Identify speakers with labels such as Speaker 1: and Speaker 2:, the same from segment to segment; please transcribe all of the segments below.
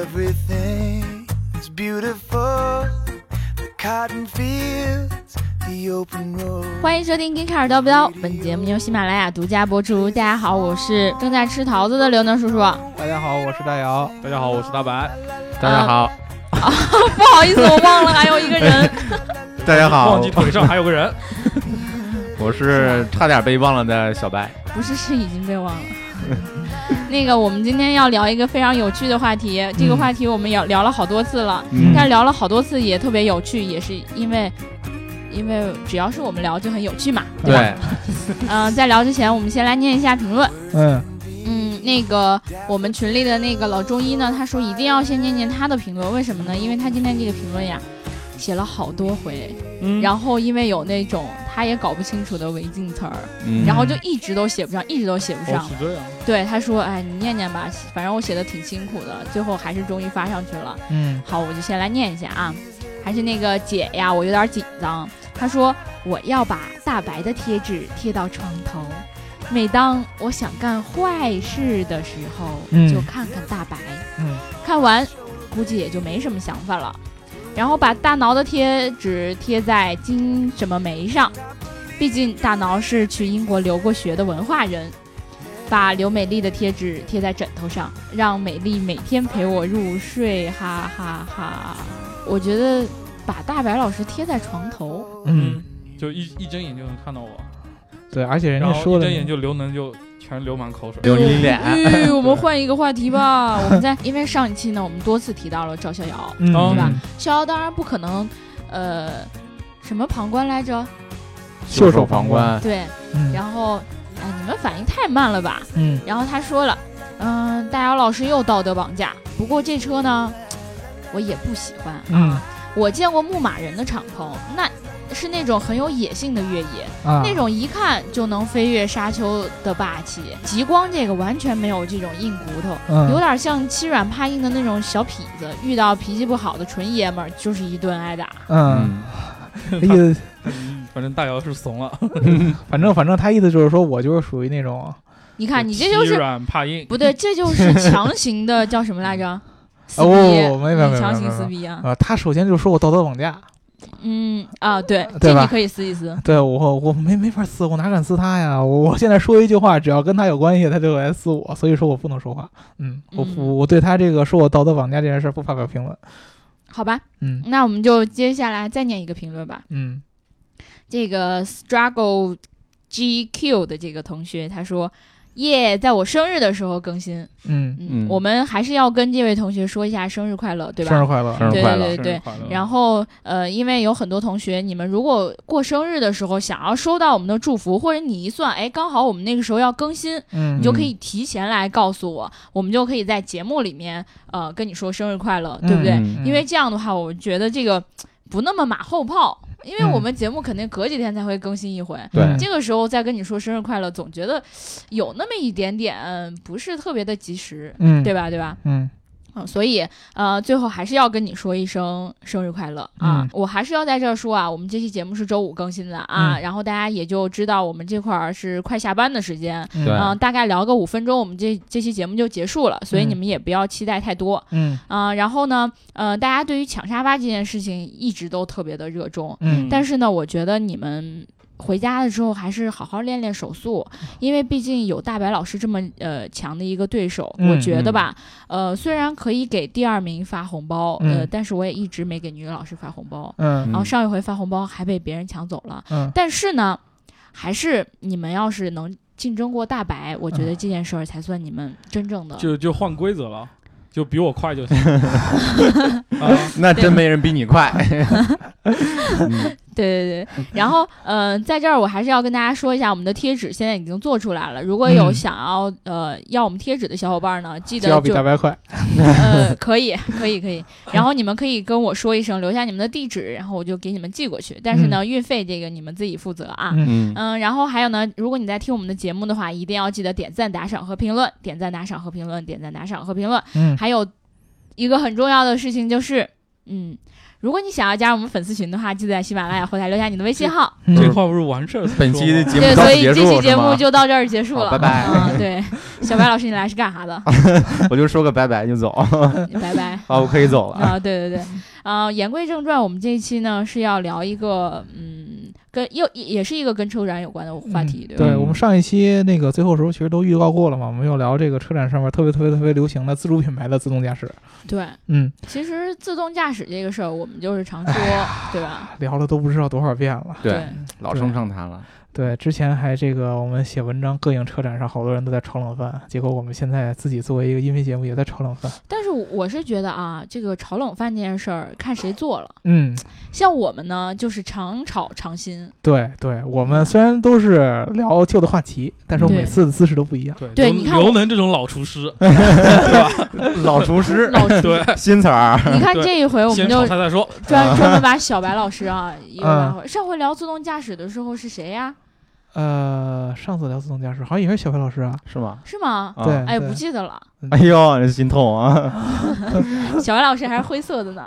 Speaker 1: Everything is beautiful. The cotton fields, the open road.
Speaker 2: 欢迎收听《g e e k a r 叨不叨》，本节目由喜马拉雅独家播出。大家好，我是正在吃桃子的刘能 叔叔。
Speaker 3: 大家好，我是大姚。
Speaker 4: 大家好，我是大白。
Speaker 2: 大啊家
Speaker 5: 好，
Speaker 2: 不好意思，我忘了还有一个人。
Speaker 5: 大家
Speaker 3: 啊
Speaker 5: 好
Speaker 4: 忘记腿上还有个人，
Speaker 5: 我是差点被忘了的小白。
Speaker 2: 不是，是已经被忘了。 那个，我们今天要聊一个非常有趣的话题，这个
Speaker 5: 嗯
Speaker 2: 话题我们也聊了好多次了，
Speaker 5: 嗯
Speaker 2: 但聊了好多次也特别有趣，也是因为，因为只要是我们聊就很有趣嘛。吧
Speaker 5: 对，
Speaker 2: 嗯、在聊之前，我们先来念一下评论。
Speaker 3: 嗯，
Speaker 2: 嗯，那个我们群里的那个老中医呢，他说一定要先念念他的评论，为什么呢？因为他今天这个评论呀，写了好多回，
Speaker 4: 嗯
Speaker 2: 然后因为有那种他也搞不清楚的违禁词儿，
Speaker 5: 嗯
Speaker 2: 然后就一直都写不上，一直都写不上。
Speaker 4: 嗯哦是这样，
Speaker 2: 对，他说，哎，你念念吧，反正我写的挺辛苦的，最后还是终于发上去了。
Speaker 3: 嗯，
Speaker 2: 好，我就先来念一下啊，还是那个姐呀，我有点紧张。她说我要把大白的贴纸贴到床头，每当我想干坏事的时候，
Speaker 3: 嗯
Speaker 2: 就看看大白。
Speaker 3: 嗯，
Speaker 2: 看完估计也就没什么想法了。然后把大挠的贴纸贴在金什么梅上，毕竟大挠是去英国留过学的文化人。把刘美丽的贴纸贴在枕头上，让美丽每天陪我入睡，哈哈哈我觉得把大白老师贴在床头，
Speaker 3: 嗯，，
Speaker 4: 就一一睁眼就能看到我，
Speaker 3: 对，而且人
Speaker 4: 然
Speaker 3: 家
Speaker 4: 后
Speaker 3: 说
Speaker 4: 一
Speaker 3: 的嗯
Speaker 4: 睁，眼就刘能就全流满口水。
Speaker 5: 有你脸
Speaker 2: 哎，我们换一个话题吧。我们在因为上一期呢，我们多次提到了赵逍 遥，
Speaker 3: 嗯，
Speaker 4: 哦
Speaker 2: 对吧？逍遥当然不可能，呃，什么旁观来着？
Speaker 3: 袖手
Speaker 5: 手
Speaker 3: 旁
Speaker 5: 旁
Speaker 3: 观
Speaker 5: 观。
Speaker 2: 对，
Speaker 3: 嗯
Speaker 2: 然后，哎，你们反应太慢了吧？
Speaker 3: 嗯
Speaker 2: 然后他说了，嗯、大姚老师又道德绑架，不过这车呢，我也不喜欢。啊
Speaker 3: 嗯
Speaker 2: 我见过牧马人的敞篷，那是那种很有野性的越野，
Speaker 3: 啊，
Speaker 2: 那种一看就能飞越沙丘的霸气。极光这个完全没有这种硬骨头。有
Speaker 3: 嗯，
Speaker 2: 点像欺软怕硬的那种小痞子，遇到脾气不好的纯爷们儿，就是一顿挨打。
Speaker 3: 嗯，
Speaker 5: 嗯，
Speaker 3: 他意思，
Speaker 4: 反正大姚是怂了，
Speaker 3: 反正反正他意思就是说我就是属于那种，
Speaker 2: 你看，你这就
Speaker 4: 欺
Speaker 2: 是
Speaker 4: 软怕硬，
Speaker 2: 不对，这 就是强行的叫什么来着？撕逼，
Speaker 3: 哦没没没
Speaker 2: 你强
Speaker 3: 没
Speaker 2: 行
Speaker 3: 没
Speaker 2: 撕
Speaker 3: 没
Speaker 2: 逼啊！
Speaker 3: 呃，他首先就说我道德绑架，
Speaker 2: 嗯啊，对，
Speaker 3: 对
Speaker 2: 这
Speaker 3: 吧
Speaker 2: 你可以撕一 嗯撕。
Speaker 3: 对我我没没法撕，我哪敢撕他呀？我我现在说一句话，只要跟他有关系，他就来撕我，所以说我不能说话。嗯，我
Speaker 2: 嗯
Speaker 3: 我我对他这个说我道德绑架这件事不发表评论。
Speaker 2: 好吧，
Speaker 3: 嗯
Speaker 2: 那我们就接下来再念一个评论吧。
Speaker 3: 嗯
Speaker 2: 这个 struggle GQ 的这个同学他说。耶在我生日的时候更新，
Speaker 3: 嗯，
Speaker 2: 嗯，
Speaker 5: 嗯
Speaker 2: 我们还是要跟这位同学说一下生日快乐，对吧？
Speaker 3: 生日快乐！
Speaker 5: 生日快乐
Speaker 2: 对对对
Speaker 4: 生日快乐
Speaker 2: 然后呃，因为有很多同学，你们如果过生日的时候想要收到我们的祝福，或者你一算，哎，刚好我们那个时候要更新，
Speaker 3: 嗯，
Speaker 2: 你就可以提前来告诉我，我们就可以在节目里面呃跟你说生日快乐，对不对？
Speaker 5: 嗯
Speaker 2: 因为这样的话，我觉得这个不那么马后炮，因为我们节目肯定隔几天才会更新一回。
Speaker 5: 对
Speaker 3: 嗯
Speaker 2: 这个时候再跟你说生日快乐，总觉得有那么一点点不是特别的及时，
Speaker 3: 嗯，
Speaker 2: 对吧？对吧？
Speaker 3: 嗯
Speaker 2: 嗯，所以呃，最后还是要跟你说一声生日快乐啊！
Speaker 3: 嗯
Speaker 2: 我还是要在这儿说啊，我们这期节目是周五更新的啊，
Speaker 3: 嗯
Speaker 2: 然后大家也就知道我们这块儿是快下班的时间，
Speaker 3: 嗯
Speaker 5: 对
Speaker 2: 嗯、大概聊个五分钟，我们这这期节目就结束了，所以
Speaker 3: 嗯
Speaker 2: 你们也不要期待太多
Speaker 3: 嗯
Speaker 2: 啊、然后呢，呃，大家对于抢沙发这件事情一直都特别的热衷，
Speaker 3: 嗯
Speaker 2: 但是呢，我觉得你们。回家的时候还是好好练练手速，
Speaker 3: 嗯
Speaker 2: 因为毕竟有大白老师这么呃强的一个对手，
Speaker 3: 嗯
Speaker 2: 我觉得吧，呃，虽然可以给第二名发红包，呃，
Speaker 3: 嗯
Speaker 2: 但是我也一直没给女老师发红包，
Speaker 3: 嗯
Speaker 2: 然后上一回发红包还被别人抢走了。
Speaker 3: 嗯
Speaker 2: 但是呢，还是你们要是能竞争过大白，我
Speaker 3: 嗯
Speaker 2: 觉得这件事儿才算你们真正的。
Speaker 4: 就就换规则了，就比我快就 行。啊，
Speaker 5: 那真没人比你快。
Speaker 2: 对对对，然后呃，在这儿我还是要跟大家说一下，我们的贴纸现在已经做出来了。如果有
Speaker 3: 嗯
Speaker 2: 想要、呃要我们贴纸的小伙伴呢，记
Speaker 3: 就
Speaker 2: 得
Speaker 3: 要比
Speaker 2: 就
Speaker 3: 大白快。
Speaker 2: 呃可以可以可以，然后你们可以跟我说一声，留下你们的地址，然后我就给你们寄过去。但是呢，运费这个你们自己负责啊。
Speaker 3: 嗯
Speaker 5: 嗯，
Speaker 2: 嗯，然后还有呢，如果你在听我们的节目的话，一定要记得点赞、打赏和评论，点赞、打赏和评论，点赞、打赏和评论。
Speaker 3: 嗯
Speaker 2: 还有一个很重要的事情就是，嗯，如果你想要加入我们粉丝群的话，记得在喜马拉雅后台留下你的微信 号。
Speaker 3: 嗯
Speaker 4: 这话不是完事儿才
Speaker 5: 本
Speaker 4: 说
Speaker 5: 期的
Speaker 4: 吗
Speaker 5: 节
Speaker 2: 对，
Speaker 5: 目到
Speaker 2: 所
Speaker 5: 此
Speaker 2: 以
Speaker 5: 结
Speaker 2: 这
Speaker 5: 束
Speaker 2: 期节
Speaker 5: 是
Speaker 2: 目
Speaker 5: 吗
Speaker 2: 就到这儿结束
Speaker 5: 好
Speaker 2: 了。
Speaker 5: 拜拜
Speaker 2: 嗯，对，小白老师，你来是干啥的？
Speaker 5: 我就说个拜拜就 走，
Speaker 2: 你拜拜。
Speaker 5: 好，我可以走了。
Speaker 2: 啊，对对对，啊、言归正传，我们这一期呢是要聊一个，嗯，跟又也也是一个跟车展有关的话题，
Speaker 3: 嗯
Speaker 2: 对吧？
Speaker 3: 对我们上一期那个最后时候其实都预告过了嘛，我们又聊这个车展上面特别特别特别流行的自主品牌的自动驾驶。
Speaker 2: 对，
Speaker 3: 嗯，
Speaker 2: 其实自动驾驶这个事儿，我们就是常说，对吧？
Speaker 3: 聊了都不知道多少遍了。
Speaker 5: 对，老生常谈 了。
Speaker 3: 对，之前还这个我们写文章膈应车展上好多人都在炒冷饭，结果我们现在自己作为一个音频节目也在炒冷饭。
Speaker 2: 但是我是觉得啊，这个炒冷饭这件事儿，看谁做了。
Speaker 3: 嗯，
Speaker 2: 像我们呢，就是常炒常新，
Speaker 3: 对对，我们虽然都是聊旧的话题，但是我
Speaker 2: 对
Speaker 3: 每次的姿势都不一样。
Speaker 4: 对
Speaker 2: 对
Speaker 4: 刘
Speaker 2: 你看我
Speaker 4: 刘能这种老厨 师，
Speaker 5: 老厨师，
Speaker 2: 老师。
Speaker 4: 对，
Speaker 5: 新词儿，
Speaker 2: 你看
Speaker 4: 对
Speaker 2: 这一回，我们
Speaker 4: 先
Speaker 2: 就
Speaker 4: 炒菜再说。
Speaker 2: 专专门把小白老师啊，一个拉回。上回聊自动驾驶的时候是谁呀？
Speaker 3: 呃，上次聊自动驾驶好像也是小飞老师啊。
Speaker 5: 是吗？
Speaker 2: 是吗？
Speaker 5: 啊
Speaker 3: 对，
Speaker 2: 哎，
Speaker 3: 嗯对
Speaker 2: 不记得了。
Speaker 5: 哎呦，心痛啊！
Speaker 2: 小白老师还是灰色的呢，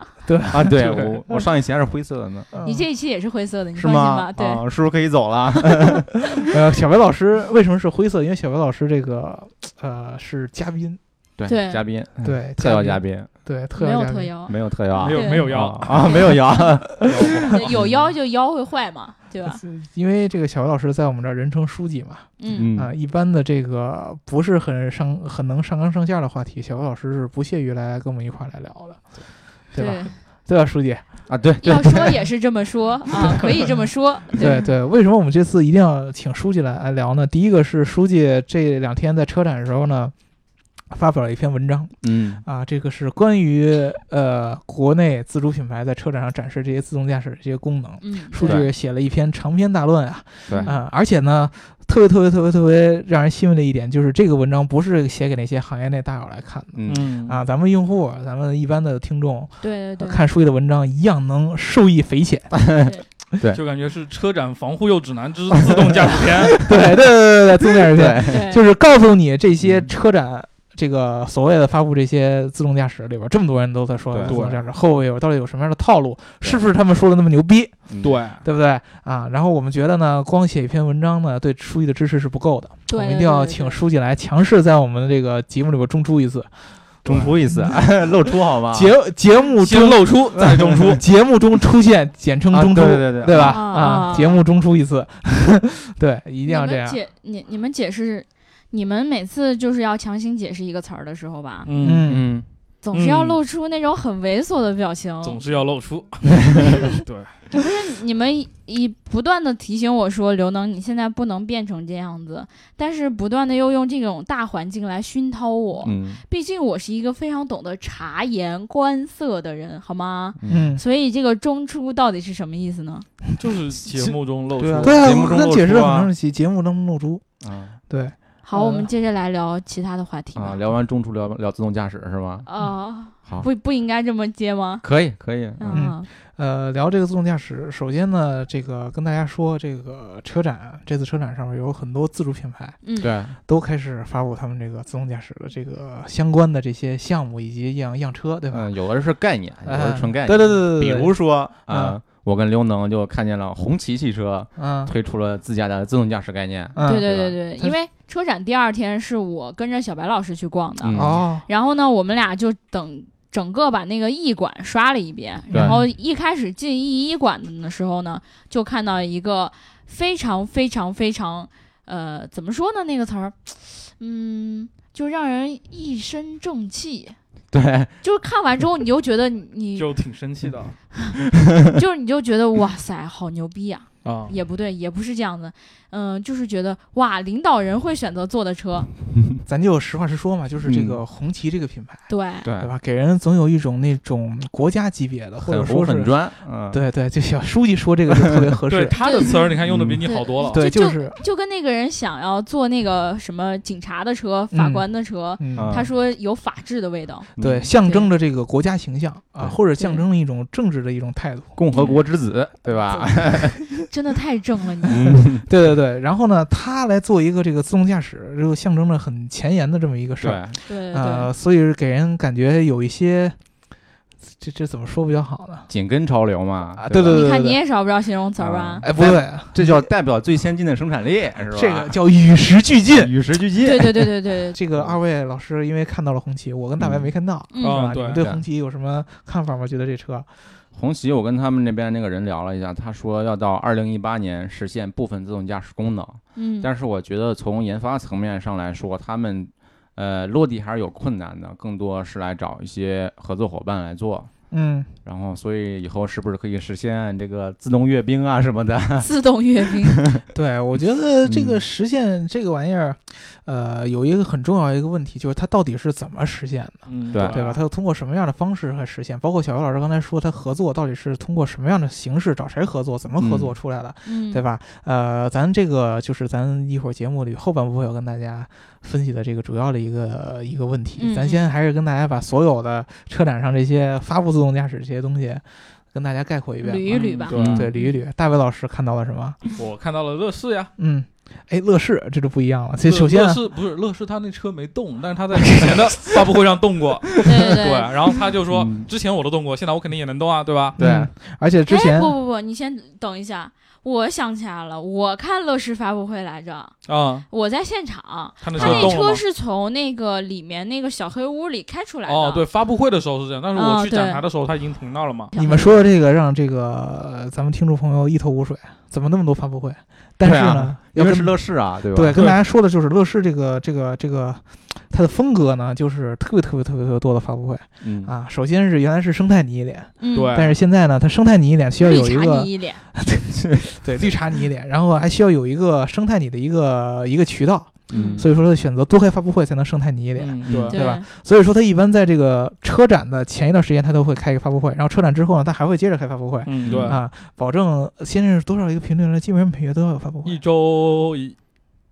Speaker 5: 啊， 对
Speaker 4: 是
Speaker 5: 我我上一期还是灰色的呢，
Speaker 3: 嗯
Speaker 2: 你这一期也是灰色的，你
Speaker 5: 是
Speaker 2: 放心吧。
Speaker 5: 吗？
Speaker 2: 对，
Speaker 5: 啊，叔叔可以走 了。
Speaker 3: 呃，小白老师为什么是灰色？因为小白老师这个呃是嘉宾，
Speaker 2: 对
Speaker 5: 嘉宾，
Speaker 3: 对，
Speaker 5: 嗯特邀嘉，宾，
Speaker 3: 对，特
Speaker 2: 没
Speaker 3: 邀
Speaker 2: 有
Speaker 3: 嘉
Speaker 2: 特
Speaker 3: 宾。
Speaker 2: 邀，
Speaker 5: 没有特邀啊
Speaker 4: 没有
Speaker 2: 对
Speaker 4: 没有腰
Speaker 5: 啊，啊没有邀，
Speaker 2: 对有腰就腰会坏嘛，对吧？
Speaker 3: 因为这个小白老师在我们这儿人称书记嘛，
Speaker 2: 嗯，
Speaker 5: 嗯
Speaker 3: 啊、一般的这个不是很上很能上纲上线的话题，小白老师是不屑于来跟我们一块儿来聊的，对吧？
Speaker 2: 对，
Speaker 3: 对吧，书记？
Speaker 5: 啊，对对
Speaker 2: 要说也是这么 说啊，可以这么说，
Speaker 3: 对对，为什么我们这次一定要请书记来来聊呢？第一个是书记这两天在车展的时候呢，发表了一篇文章
Speaker 5: 嗯
Speaker 3: 啊，这个是关于呃国内自主品牌在车展上展示这些自动驾驶这些功能。
Speaker 2: 嗯，
Speaker 3: 书
Speaker 5: 对
Speaker 3: 记写了一篇长篇大论啊，
Speaker 5: 对
Speaker 3: 啊、而且呢，特别特别特别特别让人欣慰的一点就是，这个文章不是写给那些行业内大佬来看的，
Speaker 5: 嗯，
Speaker 4: 嗯
Speaker 3: 啊，咱们用户，咱们一般的听众
Speaker 2: 对对对，
Speaker 3: 看书记的文章一样能受益匪浅。
Speaker 4: 就感觉是车展防护用指南之自动驾驶篇。
Speaker 3: 对对对 对对，自动驾驶片
Speaker 5: 对，
Speaker 2: 对，
Speaker 3: 就是告诉你这些
Speaker 4: 嗯
Speaker 3: 车展。这个所谓的发布这些自动驾驶里边，这么多人都在说
Speaker 5: 对
Speaker 3: 自动驾驶后尾有到底有什么样的套路，是不是他们说的那么牛逼，
Speaker 5: 嗯，
Speaker 4: 对，
Speaker 3: 对不对啊？然后我们觉得呢，光写一篇文章呢，对书记的支持是不够的，
Speaker 2: 对
Speaker 3: 我们一
Speaker 2: 对
Speaker 3: 定要
Speaker 2: 对
Speaker 3: 请
Speaker 2: 对
Speaker 3: 书记来强势在我们这个节目里边中出一次，
Speaker 5: 中出一次，哎露出好吗？
Speaker 3: 节节目
Speaker 4: 先
Speaker 3: 中
Speaker 4: 露出，再中出。
Speaker 3: 节目中出现，简称
Speaker 5: 啊
Speaker 3: 中出，
Speaker 5: 对对对
Speaker 3: 对吧？
Speaker 2: 啊啊
Speaker 3: 节目中出一次， 对，一定要这样
Speaker 2: 你们。解你你们解释，你们每次就是要强行解释一个词儿的时候吧，
Speaker 4: 嗯，
Speaker 5: 嗯，
Speaker 2: 总是要
Speaker 4: 嗯
Speaker 2: 露出那种很猥琐的表情，
Speaker 4: 总是要露 出。对，
Speaker 2: 你们一一不断的提醒我说，刘能，你现在不能变成这样子，但是不断的又用这种大环境来熏陶我。
Speaker 5: 嗯
Speaker 2: 毕竟我是一个非常懂得察言观色的人，好吗？
Speaker 3: 嗯，
Speaker 2: 所以这个中出到底是什么意思呢？
Speaker 4: 就是节目中露
Speaker 5: 对啊
Speaker 4: 出。
Speaker 3: 对啊，
Speaker 5: 节目
Speaker 3: 我
Speaker 5: 中
Speaker 3: 刚
Speaker 5: 露
Speaker 3: 解释
Speaker 5: 出
Speaker 3: 的
Speaker 5: 啊
Speaker 3: 很清晰，节目中露出，
Speaker 5: 啊
Speaker 3: 对，
Speaker 2: 好，
Speaker 3: 呃
Speaker 2: 我们接着来聊其他的话题
Speaker 5: 嗯啊，
Speaker 2: 吧。
Speaker 5: 聊完中出聊聊自动驾驶是吗？
Speaker 2: 啊，
Speaker 5: 好嗯
Speaker 2: 不不应该这么接吗？
Speaker 5: 可以可以，
Speaker 2: 啊，
Speaker 3: 呃，聊这个自动驾驶，首先呢，这个跟大家说，这个车展这次车展上面有很多自主品牌
Speaker 2: 嗯，
Speaker 5: 对，
Speaker 3: 都开始发布他们这个自动驾驶的这个相关的这些项目以及样样车，对吧？
Speaker 5: 嗯，有的是概念，有的
Speaker 3: 哎
Speaker 5: 是纯概念，
Speaker 3: 对对对对
Speaker 5: 比
Speaker 3: 对，
Speaker 5: 如说啊
Speaker 3: 嗯，
Speaker 5: 我跟刘能就看见了红旗汽车
Speaker 3: 嗯
Speaker 5: 推出了自家的自动驾驶概念，
Speaker 3: 嗯，
Speaker 2: 对对
Speaker 5: 啊对
Speaker 2: 对
Speaker 5: 吧
Speaker 2: 对，
Speaker 3: 他
Speaker 2: 因为车展第二天是我跟着小白老师去逛的，
Speaker 5: 嗯
Speaker 3: 哦，
Speaker 2: 然后呢，我们俩就等整个把那个艺馆刷了一遍，
Speaker 5: 对
Speaker 2: 然后
Speaker 3: 嗯
Speaker 2: 一开始进艺一馆的时候呢，就看到一个非常非常非常呃，怎么说呢？那个词儿，嗯，就让人一身正气。
Speaker 5: 对，
Speaker 2: 就是看完之后，你就觉得你
Speaker 4: 就挺生气的
Speaker 2: 就是你就觉得哇塞，好牛逼呀、
Speaker 4: 啊！
Speaker 2: 也不对，也不是这样的，嗯、就是觉得哇，领导人会选择坐的车，
Speaker 3: 咱就实话实说嘛，就是这
Speaker 5: 嗯
Speaker 3: 个红旗这个品牌，
Speaker 2: 对，
Speaker 5: 对
Speaker 3: 对吧？给人总有一种那种国家级别的，或者
Speaker 5: 很
Speaker 3: 说
Speaker 5: 红
Speaker 3: 是
Speaker 5: 很专，嗯，
Speaker 3: 对对，就小书记说这个就特别合
Speaker 4: 对
Speaker 3: 适，
Speaker 4: 他的词儿，你看用的比你好多了。
Speaker 3: 对，
Speaker 2: 就
Speaker 3: 就是
Speaker 2: 就跟那个人想要坐那个什么警察的车、法官的车，
Speaker 3: 嗯，
Speaker 5: 啊
Speaker 2: 他说有法治的味道。
Speaker 5: 嗯
Speaker 3: 对，象征着这个国家形象啊，
Speaker 5: 对
Speaker 3: 或者象征了一种政治的一种态度。
Speaker 5: 共和国之子，
Speaker 3: 嗯
Speaker 5: 对吧？
Speaker 2: 真的太正了你，
Speaker 5: 嗯，
Speaker 3: 对对对，然后呢，他来做一个这个自动驾驶，就象征着很前沿的这么一个事儿。
Speaker 5: 对，
Speaker 2: 对对对，
Speaker 3: 呃，所以给人感觉有一些这这怎么说比较好呢？
Speaker 5: 紧跟潮流嘛。
Speaker 3: 啊，
Speaker 5: 对
Speaker 3: 对
Speaker 5: 吧
Speaker 3: 对
Speaker 2: 你
Speaker 3: 对
Speaker 2: 看你
Speaker 3: 对，
Speaker 2: 也少不着形容词儿吧？
Speaker 3: 哎，不对，
Speaker 5: 这叫代表最先进的生产力，是吧？啊嗯
Speaker 3: 这个叫与时俱进。
Speaker 5: 与时俱进。
Speaker 2: 对对对对 对，
Speaker 3: 这个二位老师因为看到了红旗，我跟大白没看到，
Speaker 2: 嗯
Speaker 3: 是
Speaker 4: 啊
Speaker 3: 吧？
Speaker 4: 对
Speaker 3: 你们对
Speaker 5: 哦对
Speaker 3: 红旗有什么看法吗？觉得这车
Speaker 5: 红旗，我跟他们那边那个人聊了一下，他说要到二零一八年实现部分自动驾驶功能，
Speaker 2: 嗯，
Speaker 5: 但是我觉得从研发层面上来说，他们呃落地还是有困难的，更多是来找一些合作伙伴来做。
Speaker 3: 嗯，
Speaker 5: 然后，所以以后是不是可以实现这个自动阅兵啊什么的？
Speaker 2: 自动阅 兵，
Speaker 3: 对，我觉得这个
Speaker 5: 嗯
Speaker 3: 实现这个玩意儿，呃，有一个很重要一个问题，就是它到底是怎么实现的，
Speaker 4: 嗯，
Speaker 5: 对啊
Speaker 3: 对吧？它要通过什么样的方式来实现？包括小姚老师刚才说，它合作到底是通过什么样的形式，找谁合作，怎么合作
Speaker 5: 嗯
Speaker 3: 出来的，
Speaker 2: 嗯，
Speaker 3: 对吧？呃，咱这个就是咱一会儿节目里后半部分要跟大家分析的这个主要的一个一个问题，
Speaker 2: 嗯
Speaker 3: 咱先还是跟大家把所有的车展上这些发布自动驾驶这些东西跟大家概括一遍吧，
Speaker 2: 捋一捋吧。
Speaker 4: 对
Speaker 3: 对，捋一捋。大卫老师看到了什么？
Speaker 4: 嗯我看到了乐视呀，
Speaker 3: 嗯，哎，乐视这就不一样了。这
Speaker 4: 乐
Speaker 3: 首先
Speaker 4: 乐
Speaker 3: 啊，
Speaker 4: 视不是乐视，他那车没动，但是 他在之前的发布会上 动过，
Speaker 2: 对 对
Speaker 4: 对，
Speaker 3: 啊
Speaker 2: 对。
Speaker 4: 然后他就说
Speaker 5: 嗯
Speaker 4: 之前我都动过，现在我肯定也能动啊，对吧？
Speaker 5: 对
Speaker 3: 嗯而且之前
Speaker 2: 哎，不不不，你先等一下，我想起来了，我看乐视发布会来着，
Speaker 4: 啊，
Speaker 2: 我在现场，
Speaker 4: 他那
Speaker 2: 他
Speaker 4: 车
Speaker 2: 那
Speaker 4: 动了
Speaker 2: 车
Speaker 4: 吗？
Speaker 2: 是从那个里面那个小黑屋里开出来的。
Speaker 4: 哦，对，发布会的时候是这样，但是
Speaker 2: 嗯
Speaker 4: 我去
Speaker 2: 对
Speaker 4: 展台的时候他已经停到了嘛。
Speaker 3: 你们说的这个让这个呃咱们听众朋友一头雾水，怎么那么多发布会？但是
Speaker 5: 对啊
Speaker 3: 呢，
Speaker 5: 因
Speaker 3: 要
Speaker 5: 为
Speaker 3: 跟
Speaker 5: 是乐视啊，对吧？
Speaker 3: 对，
Speaker 5: 对，
Speaker 3: 跟大家说的就是乐视这个这个这个它的风格呢，就是特别特别特别特别多的发布会
Speaker 5: 嗯，哎
Speaker 3: 啊。首先是原来是生态泥一脸，
Speaker 2: 嗯，
Speaker 4: 对
Speaker 3: 但是现在呢，它生态泥一脸需要
Speaker 2: 绿
Speaker 3: 有一
Speaker 2: 茶
Speaker 3: 个
Speaker 2: 你一脸，
Speaker 3: 对绿茶泥一脸，然后还需要有一个生态泥的一个一个渠道，
Speaker 5: 嗯
Speaker 3: 所以说它选择多开发布会才能生态泥一脸。
Speaker 4: 嗯，
Speaker 5: 对
Speaker 3: 对吧？所以说，它一般在这个车展的前一段时间，它都会开一个发布会，然后车展之后呢，它还会接着开发布会
Speaker 4: 嗯，对，
Speaker 3: 啊，保证现在是多少一个频率呢？基本上每月都要有发布
Speaker 4: 一
Speaker 3: 会，
Speaker 4: 周一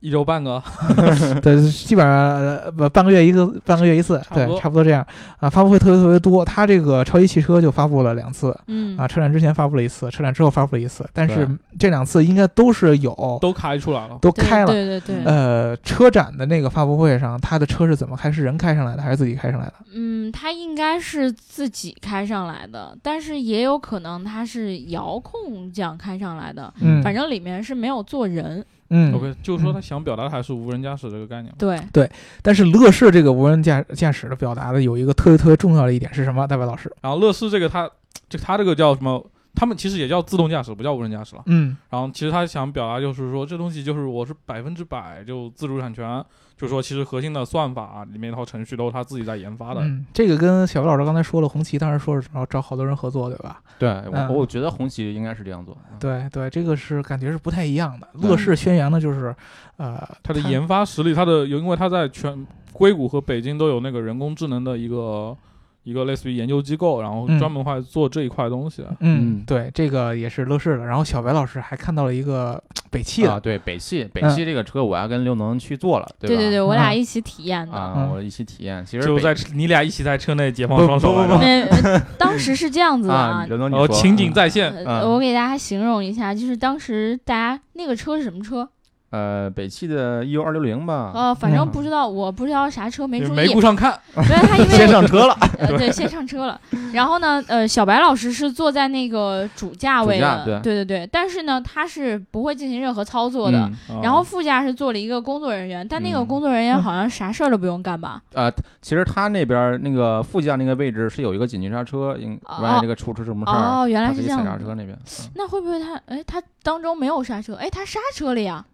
Speaker 4: 一周半个，
Speaker 3: 对，基本上呃不半个月一个，半个月一次，
Speaker 4: 差不
Speaker 3: 对，
Speaker 4: 多
Speaker 3: 差不多这样啊。发布会特别特别多，它这个超级汽车就发布了两次
Speaker 2: 嗯
Speaker 3: 啊，车展之前发布了一次，车展之后发布了一次，但是
Speaker 5: 对
Speaker 3: 这两次应该都是有
Speaker 4: 都开出来了。
Speaker 3: 都
Speaker 2: 对
Speaker 3: 开了。
Speaker 2: 对对对，
Speaker 3: 呃，车展的那个发布会上，它的车是怎么开？是人开上来的，还是自己开上来的？
Speaker 2: 嗯，他应该是自己开上来的，但是也有可能他是遥控这样开上来的，
Speaker 3: 嗯
Speaker 2: 反正里面是没有坐人。
Speaker 3: 嗯
Speaker 4: OK，就是说他想表达的还是无人驾驶这个概念嘛。
Speaker 2: 对，
Speaker 3: 但是乐视这个无人驾驾驶的表达的有一个特别特别重要的一点是什么？大白老师，
Speaker 4: 然后乐视这个它这它这个叫什么？他们其实也叫自动驾驶，不叫无人驾驶了。
Speaker 3: 嗯
Speaker 4: 然后其实他想表达就是说，这东西就是我是百分之百就自主产权，就说其实核心的算法啊里面一套程序都是他自己在研发的。
Speaker 3: 嗯，这个跟小白老师刚才说了，红旗当时说是找找好多人合作，对吧？
Speaker 5: 对
Speaker 3: 嗯
Speaker 5: 我我觉得红旗应该是这样做。
Speaker 3: 对对，这个是感觉是不太一样的。
Speaker 5: 啊对
Speaker 3: 乐视宣扬的就是，呃，
Speaker 4: 它的研发实力，它的因为它在全硅谷和北京都有那个人工智能的一个一个类似于研究机构，然后
Speaker 3: 嗯
Speaker 4: 专门会做这一块东西。
Speaker 3: 嗯
Speaker 5: 嗯，
Speaker 3: 对，这个也是乐视的。然后小白老师还看到了一个呃北汽
Speaker 5: 啊，
Speaker 3: 的，
Speaker 5: 对北汽，北汽这个车我要跟刘能去做了，对吧？
Speaker 2: 对对，我俩
Speaker 3: 嗯
Speaker 2: 一起体验的。
Speaker 5: 啊，
Speaker 3: 嗯
Speaker 5: 我一起体验。其实
Speaker 4: 就
Speaker 5: 北
Speaker 4: 在你俩一起在车内解放
Speaker 5: 不
Speaker 4: 双手
Speaker 5: 不
Speaker 4: 来
Speaker 5: 不
Speaker 4: 着，
Speaker 2: 没，呃当时是这样子的
Speaker 5: 啊，刘能你
Speaker 4: 然后
Speaker 5: 说
Speaker 4: 哦情景再现。
Speaker 2: 呃
Speaker 5: 嗯
Speaker 2: 我给大家形容一下，就是当时大家那个车是什么车？
Speaker 5: 呃北汽的 EU 二六零吧，
Speaker 2: 呃，反正
Speaker 5: 嗯
Speaker 2: 不知道，我不知道啥车，没
Speaker 4: 就
Speaker 2: 注
Speaker 4: 没
Speaker 2: 意
Speaker 4: 顾。上看，
Speaker 2: 对，他因为
Speaker 5: 先上车了，
Speaker 2: 呃，对， 先上车了。然后呢，呃，小白老师是坐在那个主驾位的，
Speaker 5: 主驾
Speaker 2: 对对对但是呢，他是不会进行任何操作的。
Speaker 5: 嗯
Speaker 2: 然
Speaker 4: 啊
Speaker 2: 后副驾是坐了一个工作人员，但那个
Speaker 5: 嗯
Speaker 2: 工作人员好像啥事儿都不用干吧？
Speaker 5: 啊，其实他那边儿那个副驾那个位置是有一个紧急刹车，应
Speaker 2: 哦
Speaker 5: 万一这个出出什么事儿，啊
Speaker 2: 哦，原
Speaker 5: 他
Speaker 2: 来
Speaker 5: 可
Speaker 2: 是
Speaker 5: 以
Speaker 2: 这
Speaker 5: 踩
Speaker 2: 样
Speaker 5: 刹
Speaker 2: 子
Speaker 5: 车。那边。
Speaker 2: 那会不会他，哎，他当中没有刹车，哎，他刹车了呀？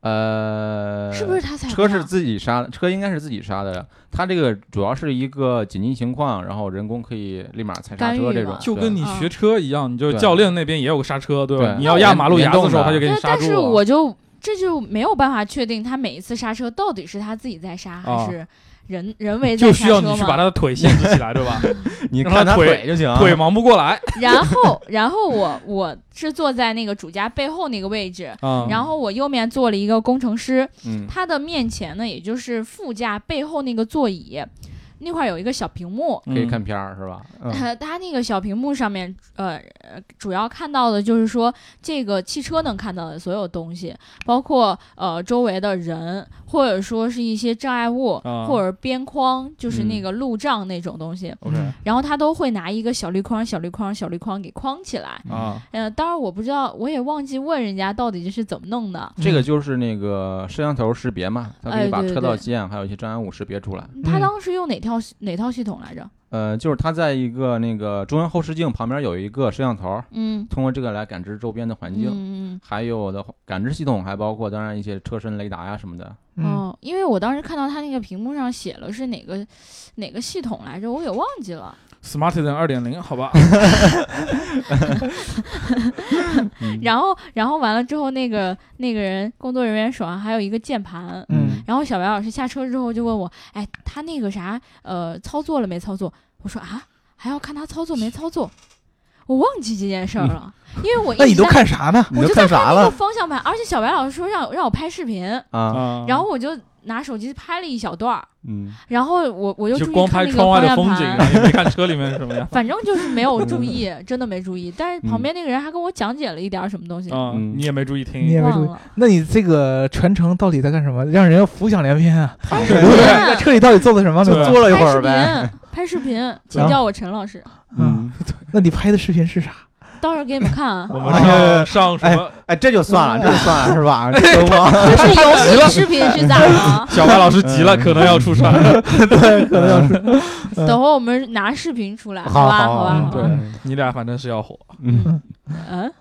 Speaker 5: 呃，
Speaker 2: 是不是他踩啊
Speaker 5: 车
Speaker 2: 的
Speaker 5: 是
Speaker 2: 呀
Speaker 5: 自己刹的，车应该是自己刹的。它这个主要是一个紧急情况，然后人工可以立马踩刹
Speaker 2: 干预
Speaker 5: 车这种
Speaker 2: 嘛，
Speaker 4: 就
Speaker 5: 对
Speaker 4: 跟你
Speaker 2: 嗯
Speaker 4: 学车一样，你就是
Speaker 5: 对
Speaker 4: 教练那边也有个刹车，对吧？
Speaker 5: 对
Speaker 4: 你要压马路牙子的时候，
Speaker 5: 联动的
Speaker 4: 他就给你
Speaker 2: 对，
Speaker 4: 刹
Speaker 2: 但
Speaker 4: 住
Speaker 2: 是
Speaker 5: 啊
Speaker 4: 了。
Speaker 2: 我就这就没有办法确定他每一次刹车到底是他自己在刹、
Speaker 5: 哦
Speaker 4: 啊
Speaker 2: 还是人人为在
Speaker 4: 就
Speaker 2: 刹
Speaker 4: 需
Speaker 2: 车
Speaker 4: 要
Speaker 2: 嘛？
Speaker 4: 你去把他的腿限制起来，对吧？
Speaker 5: 你
Speaker 4: 让
Speaker 5: 看
Speaker 4: 他
Speaker 5: 他
Speaker 4: 腿
Speaker 5: 腿就行，
Speaker 4: 腿忙不 过来
Speaker 2: 然后，然后我我是坐在那个主驾背后那个位置，
Speaker 4: 啊
Speaker 2: 然后我右面坐了一个工程师，
Speaker 5: 嗯
Speaker 2: 他的面前呢，也就是副驾背后那个座椅。那块儿有一个小屏幕，
Speaker 5: 可以看片儿是吧？嗯，
Speaker 2: 呃，它那个小屏幕上面，呃，呃主要看到的就是说这个汽车能看到的所有东西，包括呃周围的人，或者说是一些障碍物，
Speaker 4: 啊
Speaker 2: 或者边框，就是那
Speaker 5: 嗯
Speaker 2: 个路障那种东西。
Speaker 4: OK
Speaker 2: 然后它都会拿一个小绿框、小绿框、小绿框给框起来。
Speaker 4: 啊，
Speaker 2: 呃，当然我不知道，我也忘记问人家到底这是怎么弄的。
Speaker 5: 这个就是那个摄像头识别嘛，它可
Speaker 2: 哎
Speaker 5: 以把
Speaker 2: 对对
Speaker 5: 车道
Speaker 2: 对
Speaker 5: 基线还有一些障碍物识别出来。
Speaker 2: 他
Speaker 3: 嗯
Speaker 2: 当时用哪套系哪套系统来着？
Speaker 5: 呃，就是它在一个那个中央后视镜旁边有一个摄像头，
Speaker 2: 嗯，
Speaker 5: 通过这个来感知周边的环境。
Speaker 2: 嗯
Speaker 5: 还有的话感知系统，还包括当然一些车身雷达呀什么的。
Speaker 2: 嗯，
Speaker 3: 嗯，
Speaker 2: 哦，因为我当时看到他那个屏幕上写了是哪个哪个系统来着，我给忘记了。
Speaker 4: Smartisan 二点零，好吧，
Speaker 5: 嗯
Speaker 3: 嗯
Speaker 2: 然后，然后完了之后，那个那个人工作人员手上还有一个键盘。
Speaker 3: 嗯
Speaker 2: 然后小白老师下车之后就问我，哎，他那个啥，呃，操作了没操作？我说啊，还要看他操作没操作，我忘记这件事儿了，因为我
Speaker 3: 嗯 那
Speaker 2: 一
Speaker 3: 你
Speaker 2: 直
Speaker 3: 都
Speaker 2: 在
Speaker 3: 看啥呢？
Speaker 2: 我就在看那个？方向盘，而且小白老师说让让我拍视频，
Speaker 5: 啊，
Speaker 4: 啊，
Speaker 2: 然后我就拿手机拍了一小段儿，
Speaker 5: 嗯，
Speaker 2: 然后我我又
Speaker 4: 就
Speaker 2: 注
Speaker 4: 光
Speaker 2: 意看
Speaker 4: 拍
Speaker 2: 那
Speaker 4: 窗外
Speaker 2: 个
Speaker 4: 的
Speaker 2: 方
Speaker 4: 风景，啊嗯
Speaker 2: 向盘。
Speaker 4: 然后也没看车里面是什么 样
Speaker 2: 反正就是没有注意，真的没注意。但是
Speaker 4: 嗯
Speaker 2: 旁边那个人还跟我讲解了一点儿什么东西，
Speaker 4: 啊，
Speaker 5: 嗯
Speaker 4: 你也没注意
Speaker 3: 你也
Speaker 4: 听
Speaker 3: 没注
Speaker 2: 忘
Speaker 3: 意哎
Speaker 2: 了。
Speaker 3: 那你这个全程到底在干什么？让人浮想联翩啊！
Speaker 2: 拍视
Speaker 3: 我
Speaker 2: 频，
Speaker 3: 就在在车里到底做的什么？就
Speaker 4: 对
Speaker 3: 坐了一会
Speaker 2: 拍
Speaker 3: 儿
Speaker 2: 视
Speaker 3: 呗。
Speaker 2: 频，拍视频，请叫我陈老师，
Speaker 3: 嗯，那你拍的视频是啥？
Speaker 2: 到时候给你们看啊。
Speaker 4: 我们
Speaker 3: 哎
Speaker 4: 上上什么？
Speaker 5: 哎，这就算了，这就算了是 吧？这不，
Speaker 2: 这 是游戏视频啊是咋的？
Speaker 4: 小白老师急了，
Speaker 5: 嗯
Speaker 4: 可能要出事 儿。
Speaker 2: 等会儿我们拿视频出来，
Speaker 5: 好
Speaker 2: 吧？
Speaker 5: 好
Speaker 2: 好吧
Speaker 3: 嗯，
Speaker 2: 好吧。
Speaker 5: 对，
Speaker 4: 你俩反正是要火，
Speaker 5: 嗯，
Speaker 2: 嗯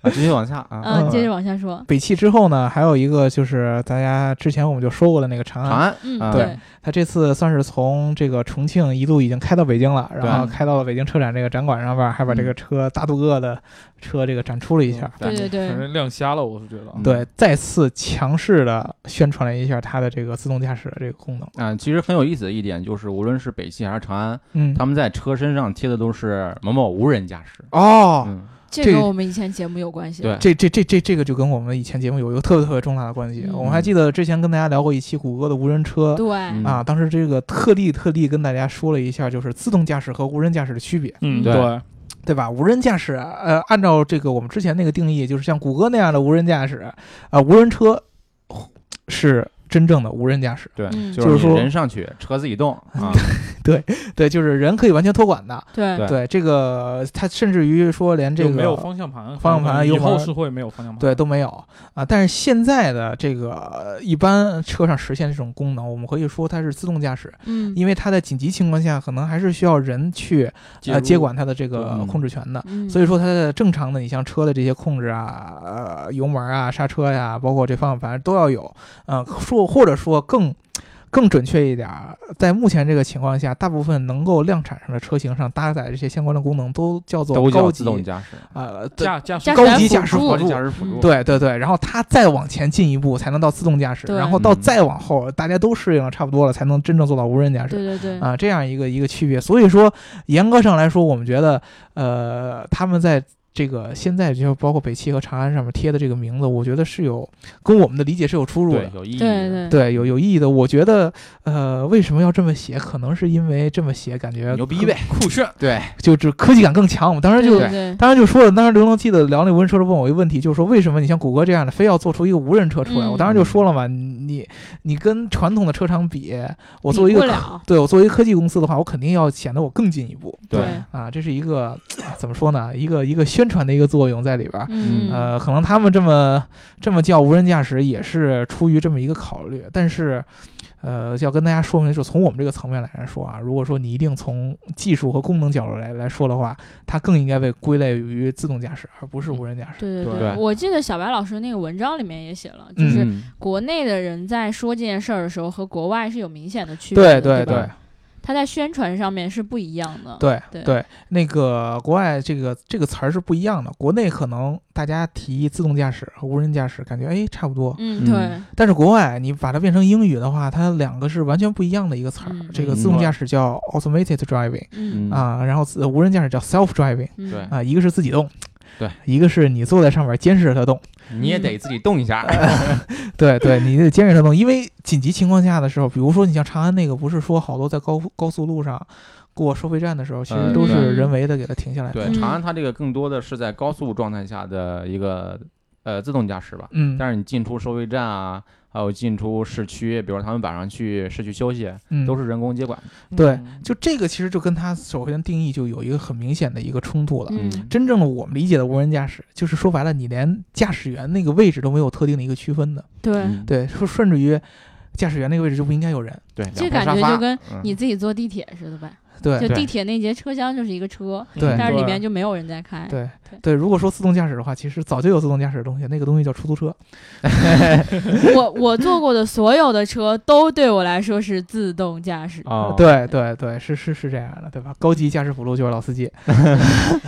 Speaker 5: 啊继续往下啊，
Speaker 2: 嗯，接着往下说。
Speaker 3: 北汽之后呢，还有一个就是大家之前我们就说过的那个长
Speaker 5: 长
Speaker 3: 安，
Speaker 5: 安，
Speaker 2: 嗯，
Speaker 5: 啊
Speaker 2: 对，
Speaker 3: 它这次算是从这个重庆一路已经开到北京了，然后
Speaker 4: 对
Speaker 3: 开到了北京车展这个展馆上边，还把这
Speaker 5: 嗯
Speaker 3: 个车大镀铬的车这个展出了一下。
Speaker 2: 对对
Speaker 4: 嗯反
Speaker 2: 对，
Speaker 4: 正亮瞎了，我是觉得啊。
Speaker 5: 嗯
Speaker 3: 对，再次强势的宣传了一下它的这个自动驾驶的这个功能。
Speaker 5: 啊，其实很有意思的一点就是，无论是北汽还是长安，
Speaker 3: 嗯，
Speaker 5: 他们在车身上贴的都是某某无人驾驶。
Speaker 3: 哦，
Speaker 5: 嗯，
Speaker 2: 这
Speaker 3: 这
Speaker 2: 跟
Speaker 3: 个
Speaker 2: 我们以前节目有关系。
Speaker 5: 对，
Speaker 3: 这这这这这个就跟我们以前节目有一个特别特别重大的关系。
Speaker 2: 嗯
Speaker 3: 我们还记得之前跟大家聊过一期谷歌的无人车
Speaker 2: 对，
Speaker 5: 嗯
Speaker 3: 啊，当时这个特地特地跟大家说了一下，就是自动驾驶和无人驾驶的区别，
Speaker 4: 嗯，
Speaker 5: 对
Speaker 4: 对，
Speaker 3: 对吧？无人驾驶，呃，按照这个我们之前那个定义，就是像谷歌那样的无人驾驶，啊、无人车是真正的无人驾驶，
Speaker 5: 对
Speaker 2: 嗯，
Speaker 3: 就是
Speaker 5: 是
Speaker 3: 说
Speaker 5: 你人上去，车自己 动啊。
Speaker 3: 对，就是人可以完全托管的。
Speaker 2: 对
Speaker 5: 对
Speaker 3: 对，这个它甚至于说连这
Speaker 4: 就
Speaker 3: 个
Speaker 4: 没有方向盘，
Speaker 3: 方向盘
Speaker 4: 以
Speaker 3: 油
Speaker 4: 后
Speaker 3: 门
Speaker 4: 是会没有方向盘。
Speaker 3: 对，都没有啊。但是现在的这个呃一般车上实现这种功能，我们可以说它是自动驾驶，
Speaker 2: 嗯，
Speaker 3: 因为它在紧急情况下可能还是需要人去呃接管它的这个
Speaker 5: 嗯
Speaker 3: 控制权的。
Speaker 2: 嗯
Speaker 3: 所以说它的正常的，你像车的这些控制啊、呃油门啊、刹车呀、包括这方向盘都要有。呃，说或者说更更准确一点儿，在目前这个情况下，大部分能够量产上的车型上搭载这些相关的功能都叫做
Speaker 5: 都
Speaker 3: 高
Speaker 5: 叫
Speaker 3: 级
Speaker 5: 自动驾驶，
Speaker 3: 呃对
Speaker 4: 驾驾驶
Speaker 2: 驾驶
Speaker 3: 高
Speaker 2: 员
Speaker 3: 级
Speaker 2: 辅
Speaker 3: 驾驶
Speaker 2: 助
Speaker 5: 高
Speaker 3: 辅
Speaker 5: 级
Speaker 3: 助
Speaker 5: 驾驶辅助。
Speaker 2: 嗯
Speaker 3: 对对对，然后它再往前进一步，才能到自动驾驶，
Speaker 2: 对
Speaker 3: 然后到
Speaker 5: 嗯
Speaker 3: 再往后，大家都适应了差不多了，才能真正做到无人驾驶
Speaker 2: 对对对，
Speaker 3: 啊，这样一个一个区别。所以说，严格上来说，我们觉得，呃，他们在这个现在就包括北汽和长安上面贴的这个名字，我觉得是有跟我们的理解是有出入
Speaker 5: 对
Speaker 3: 的，。
Speaker 5: 有意义。
Speaker 2: 对对，
Speaker 3: 对，有有意义的。我觉得，呃，为什么要这么写？可能是因为这么写感觉
Speaker 5: 牛逼
Speaker 3: 更
Speaker 5: 呗，，
Speaker 4: 酷炫，
Speaker 5: 对，
Speaker 3: 就是科技感更强。我们当时
Speaker 2: 对
Speaker 3: 就
Speaker 2: 对对，
Speaker 3: 当时就说了，当时刘能记得聊那无人车时候问我一个问题，就是说为什么你像谷歌这样的非要做出一个无人车出来？
Speaker 2: 嗯
Speaker 3: 我当时就说了嘛，你你跟传统的车厂比，我作为一
Speaker 2: 比
Speaker 3: 个
Speaker 2: 不
Speaker 3: 科
Speaker 2: 了
Speaker 3: 对我作为一个科技公司的话，我肯定要显得我更进一步
Speaker 5: 对
Speaker 3: 啊！这是一个 怎么说呢？一个一个宣传的一个作用在里边儿。
Speaker 2: 嗯，
Speaker 3: 呃，可能他们这么这么叫无人驾驶，也是出于这么一个考虑。但是，呃，要跟大家说明，就从我们这个层面来说啊，如果说你一定从技术和功能角度来来说的话，它更应该被归类于自动驾驶，而不是无人驾驶。
Speaker 2: 对对
Speaker 5: 对
Speaker 2: 我记得小白老师那个文章里面也写了，就
Speaker 3: 嗯
Speaker 2: 是
Speaker 5: 嗯
Speaker 2: 国内的人在说这件事儿的时候和国外是有明显的区别
Speaker 3: 对
Speaker 2: 的，
Speaker 3: 对
Speaker 2: 吧
Speaker 3: 对
Speaker 2: 他在宣传上面是不一样的。
Speaker 3: 对
Speaker 2: 对
Speaker 3: 对，那个国外这个这个词儿是不一样的。国内可能大家提自动驾驶和无人驾驶，感觉哎差不多，
Speaker 2: 嗯，
Speaker 5: 嗯
Speaker 2: 对，
Speaker 3: 但是国外你把它变成英语的话，它两个是完全不一样的一个词儿。
Speaker 2: 嗯
Speaker 3: 这个
Speaker 5: 嗯
Speaker 3: 自动驾驶叫 automated driving。啊
Speaker 2: 嗯
Speaker 5: 嗯
Speaker 3: 啊，然后自无人驾驶叫 self driving
Speaker 2: 嗯
Speaker 5: 对
Speaker 3: 啊，一个是自己动，
Speaker 5: 对，
Speaker 3: 一个是你坐在上面监视着它动，
Speaker 5: 你
Speaker 2: 嗯
Speaker 5: 也得自己动一下。
Speaker 3: 嗯对对，你得监视它动，因为紧急情况下的时候，比如说你像长安那个，不是说好多在高高速路上过收费站的时候，其实
Speaker 5: 嗯
Speaker 3: 都是
Speaker 2: 对
Speaker 3: 人为的给它停下来的。
Speaker 5: 对，
Speaker 2: 嗯
Speaker 5: 长安它这个更多的是在高速状态下的一个呃自动驾驶吧。
Speaker 3: 嗯
Speaker 5: 但是你进出收费站啊，还有进出市区，比如他们晚上去市区休息，
Speaker 3: 嗯，
Speaker 5: 都是人工接管。
Speaker 2: 嗯
Speaker 3: 对，就这个其实就跟它首先定义就有一个很明显的一个冲突了。
Speaker 2: 嗯
Speaker 3: 真正的我们理解的无人驾驶，就是说白了，你连驾驶员那个位置都没有特定的一个区分的。
Speaker 2: 对，
Speaker 3: 对，说甚至于驾驶员那个位置就不应该有人。
Speaker 5: 嗯对，
Speaker 2: 这
Speaker 5: 两排
Speaker 2: 感觉
Speaker 5: 沙发
Speaker 2: 就跟
Speaker 5: 嗯
Speaker 2: 你自己坐地铁似的呗，
Speaker 3: 对
Speaker 2: 就
Speaker 3: 对
Speaker 2: 地铁那节车厢就是一个车，
Speaker 3: 对
Speaker 2: 但是里边就没有人在开。
Speaker 3: 对
Speaker 2: 对
Speaker 3: 对，如果说自动驾驶的话，其实早就有自动驾驶的东西，那个东西叫出租车。
Speaker 2: 我我坐过的所有的车都对我来说是自动驾驶。
Speaker 5: 哦，
Speaker 3: 呃对对对，是是是这样的，对吧？高级驾驶辅助就是老司机。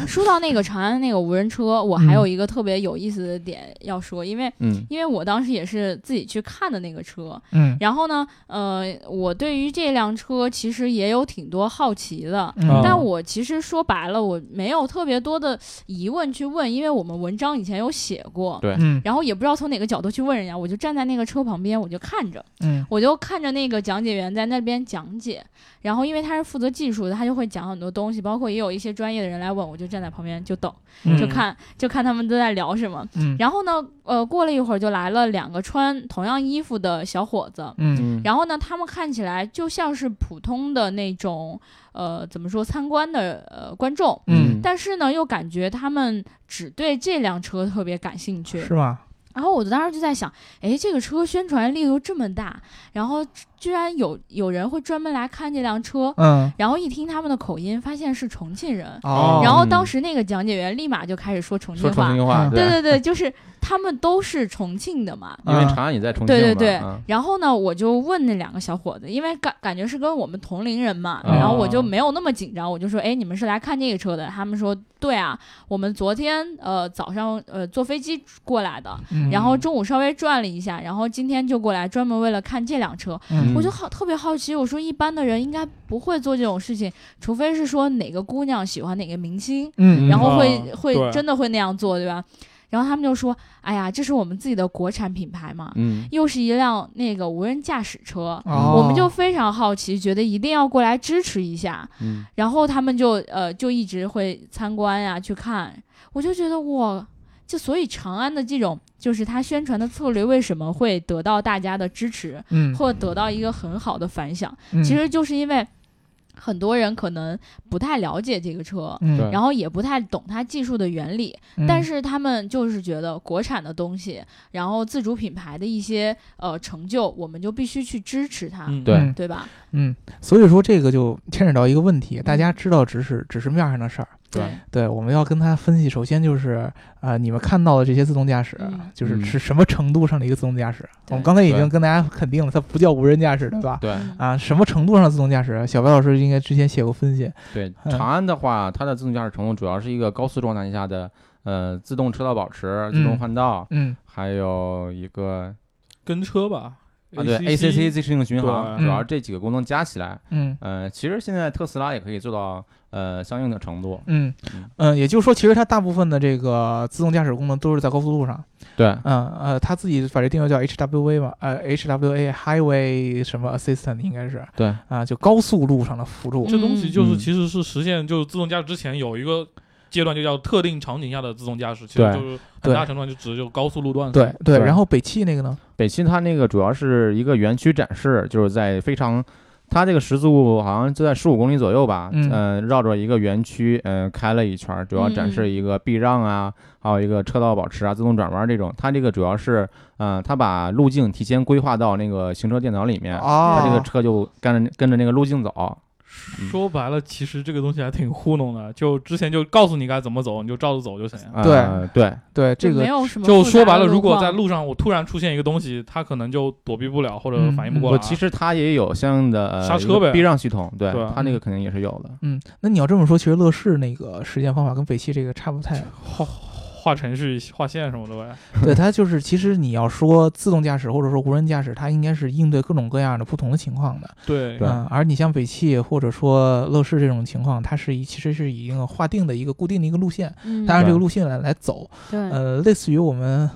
Speaker 2: 说到那个长安那个无人车，我还有一个特别有意思的点要说，因为
Speaker 5: 嗯
Speaker 2: 因为我当时也是自己去看的那个车，
Speaker 3: 嗯
Speaker 2: 然后呢，呃，我对于这辆车其实也有挺多好奇的。
Speaker 3: 嗯，
Speaker 2: 但我其实说白了，我没有特别多的疑问去问，因为我们文章以前有写过，
Speaker 5: 对
Speaker 3: 嗯
Speaker 2: 然后也不知道从哪个角度去问人家，我就站在那个车旁边，我就看着，
Speaker 3: 嗯
Speaker 2: 我就看着那个讲解员在那边讲解，然后因为他是负责技术的，他就会讲很多东西，包括也有一些专业的人来问，我就站在旁边就等，
Speaker 3: 嗯
Speaker 2: 就看就看他们都在聊什么。
Speaker 3: 嗯
Speaker 2: 然后呢，呃，过了一会儿就来了两个穿同样衣服的小伙子，
Speaker 3: 嗯
Speaker 5: 嗯，
Speaker 2: 然后呢，他们看起来就像是普通的那种，呃，怎么说参观的呃观众，
Speaker 3: 嗯，
Speaker 2: 但是呢，又感觉他们只对这辆车特别感兴趣。
Speaker 3: 是吗？
Speaker 2: 然后我当时就在想，诶，这个车宣传力度这么大，然后居然有有人会专门来看这辆车，
Speaker 3: 嗯
Speaker 2: 然后一听他们的口音，发现是重庆人，
Speaker 3: 哦，
Speaker 2: 然后当
Speaker 5: 嗯
Speaker 2: 时那个讲解员立马就开始说重
Speaker 5: 说
Speaker 2: 庆
Speaker 5: 重
Speaker 2: 话，
Speaker 5: 庆话，
Speaker 3: 嗯
Speaker 2: 对对对，就是他们都是重庆的嘛。
Speaker 5: 因为
Speaker 3: 嗯
Speaker 5: 长安也在重庆嘛，
Speaker 2: 对对对
Speaker 5: 嗯
Speaker 2: 然后呢，我就问那两个小伙子，因为感感觉是跟我们同龄人嘛，
Speaker 5: 哦
Speaker 2: 然后我就没有那么紧张，我就说，哎，你们是来看这个车的？他们说，对啊，我们昨天呃早上呃坐飞机过来的，
Speaker 3: 嗯
Speaker 2: 然后中午稍微转了一下，然后今天就过来专门为了看这辆车，
Speaker 3: 嗯
Speaker 2: 我就好特别好奇，我说一般的人应该不会做这种事情，除非是说哪个姑娘喜欢哪个明星，
Speaker 3: 嗯，
Speaker 2: 然后会、
Speaker 4: 啊
Speaker 2: 会
Speaker 4: 对
Speaker 2: 真的会那样做，对吧？然后他们就说，哎呀，这是我们自己的国产品牌嘛，
Speaker 5: 嗯，
Speaker 2: 又是一辆那个无人驾驶车。
Speaker 3: 哦
Speaker 2: 我们就非常好奇，觉得一定要过来支持一下，
Speaker 5: 嗯
Speaker 2: 然后他们就呃就一直会参观呀、去看，我就觉得哇，就所以长安的这种就是它宣传的策略为什么会得到大家的支持，
Speaker 3: 嗯，
Speaker 2: 或得到一个很好的反响，
Speaker 3: 嗯
Speaker 2: 其实就是因为很多人可能不太了解这个车。
Speaker 3: 嗯
Speaker 5: 对
Speaker 2: 然后也不太懂它技术的原理，
Speaker 3: 嗯
Speaker 2: 但是他们就是觉得国产的东西，然后自主品牌的一些呃成就，我们就必须去支持它，
Speaker 4: 嗯，
Speaker 5: 对
Speaker 3: 嗯
Speaker 2: 对吧？
Speaker 3: 嗯，所以说这个就牵扯到一个问题，大家知道只是只是面上的事儿，
Speaker 5: 对
Speaker 3: 对，我们要跟他分析，首先就是呃，你们看到的这些自动驾驶，
Speaker 2: 嗯
Speaker 3: 就是
Speaker 5: 嗯
Speaker 3: 是什么程度上的一个自动驾驶？我们
Speaker 2: 对
Speaker 3: 刚才已经
Speaker 5: 对
Speaker 3: 跟大家肯定了，它不叫无人驾驶，对吧？
Speaker 5: 对
Speaker 2: 嗯
Speaker 3: 啊，什么程度上的自动驾驶？小白老师应该之前写过分析，
Speaker 5: 对，
Speaker 3: 嗯
Speaker 5: 长安的话，它的自动驾驶程度主要是一个高速状态下的呃自动车道保持、自
Speaker 3: 嗯
Speaker 5: 动换道，
Speaker 3: 嗯
Speaker 5: 还有一个
Speaker 4: 跟车吧，
Speaker 5: 啊对
Speaker 4: ACC
Speaker 5: ACC 自适应巡航，
Speaker 3: 对
Speaker 5: 主要这几个功能加起来，
Speaker 3: 嗯
Speaker 5: 呃，其实现在特斯拉也可以做到呃相应的程度，
Speaker 3: 嗯
Speaker 5: 嗯
Speaker 3: 嗯，也就是说，其实它大部分的这个自动驾驶功能都是在高速路上，
Speaker 5: 对
Speaker 3: 嗯呃，它自己把这定位叫 HWA 嘛，呃 HWA Highway 什么 Assistant 应该是啊、
Speaker 5: 对，
Speaker 3: 就高速路上的辅助，
Speaker 4: 这东西就是
Speaker 5: 嗯
Speaker 4: 其实是实现就是自动驾驶之前有一个阶段，就叫特定场景下的自动驾驶，其实
Speaker 5: 对
Speaker 4: 就是很大程度上就指就高速路段。
Speaker 3: 对对，
Speaker 5: 对
Speaker 3: 然后北汽那个呢？
Speaker 5: 北汽它那个主要是一个园区展示，就是在非常，它这个时速好像就在十五公里左右吧，
Speaker 3: 嗯
Speaker 5: 呃绕着一个园区，嗯、开了一圈儿，主要展
Speaker 4: 嗯
Speaker 5: 示一个避让啊，还有一个车道保持啊、自动转弯这种。它这个主要是，嗯、它把路径提前规划到那个行车电脑里面，
Speaker 3: 哦，
Speaker 5: 它这个车就跟着跟着那个路径走。
Speaker 4: 嗯说白了，其实这个东西还挺糊弄的，就之前就告诉你该怎么走，你就照着走就行。
Speaker 5: 呃、对
Speaker 3: 对这
Speaker 2: 就没
Speaker 3: 个
Speaker 2: 有什么
Speaker 4: 就
Speaker 2: 复杂
Speaker 4: 说白
Speaker 2: 的
Speaker 4: 了，如果在
Speaker 2: 况
Speaker 4: 路上我突然出现一个东西，它可能就躲避不了或者
Speaker 3: 嗯
Speaker 4: 反应不过
Speaker 5: 我
Speaker 4: 来。
Speaker 5: 其实它也有相应的、呃、
Speaker 4: 刹车
Speaker 5: 一个
Speaker 4: 呗
Speaker 5: 避让系统，对
Speaker 4: 对啊
Speaker 5: 它那个肯定也是有的。
Speaker 3: 嗯，那你要这么说，其实乐视那个实践方法跟北汽这个差不太，好
Speaker 4: 画程序、画线什么的呗。
Speaker 3: 对它就是，其实你要说自动驾驶或者说无人驾驶，它应该是应对各种各样的不同的情况的。
Speaker 4: 对
Speaker 5: 对
Speaker 3: 嗯，而你像北汽或者说乐视这种情况，它是以其实是以一个划定的一个固定的一个路线，
Speaker 2: 嗯
Speaker 3: 它按这个
Speaker 5: 对
Speaker 3: 路线来来走。
Speaker 2: 对
Speaker 5: 嗯
Speaker 3: 呃，类似于我们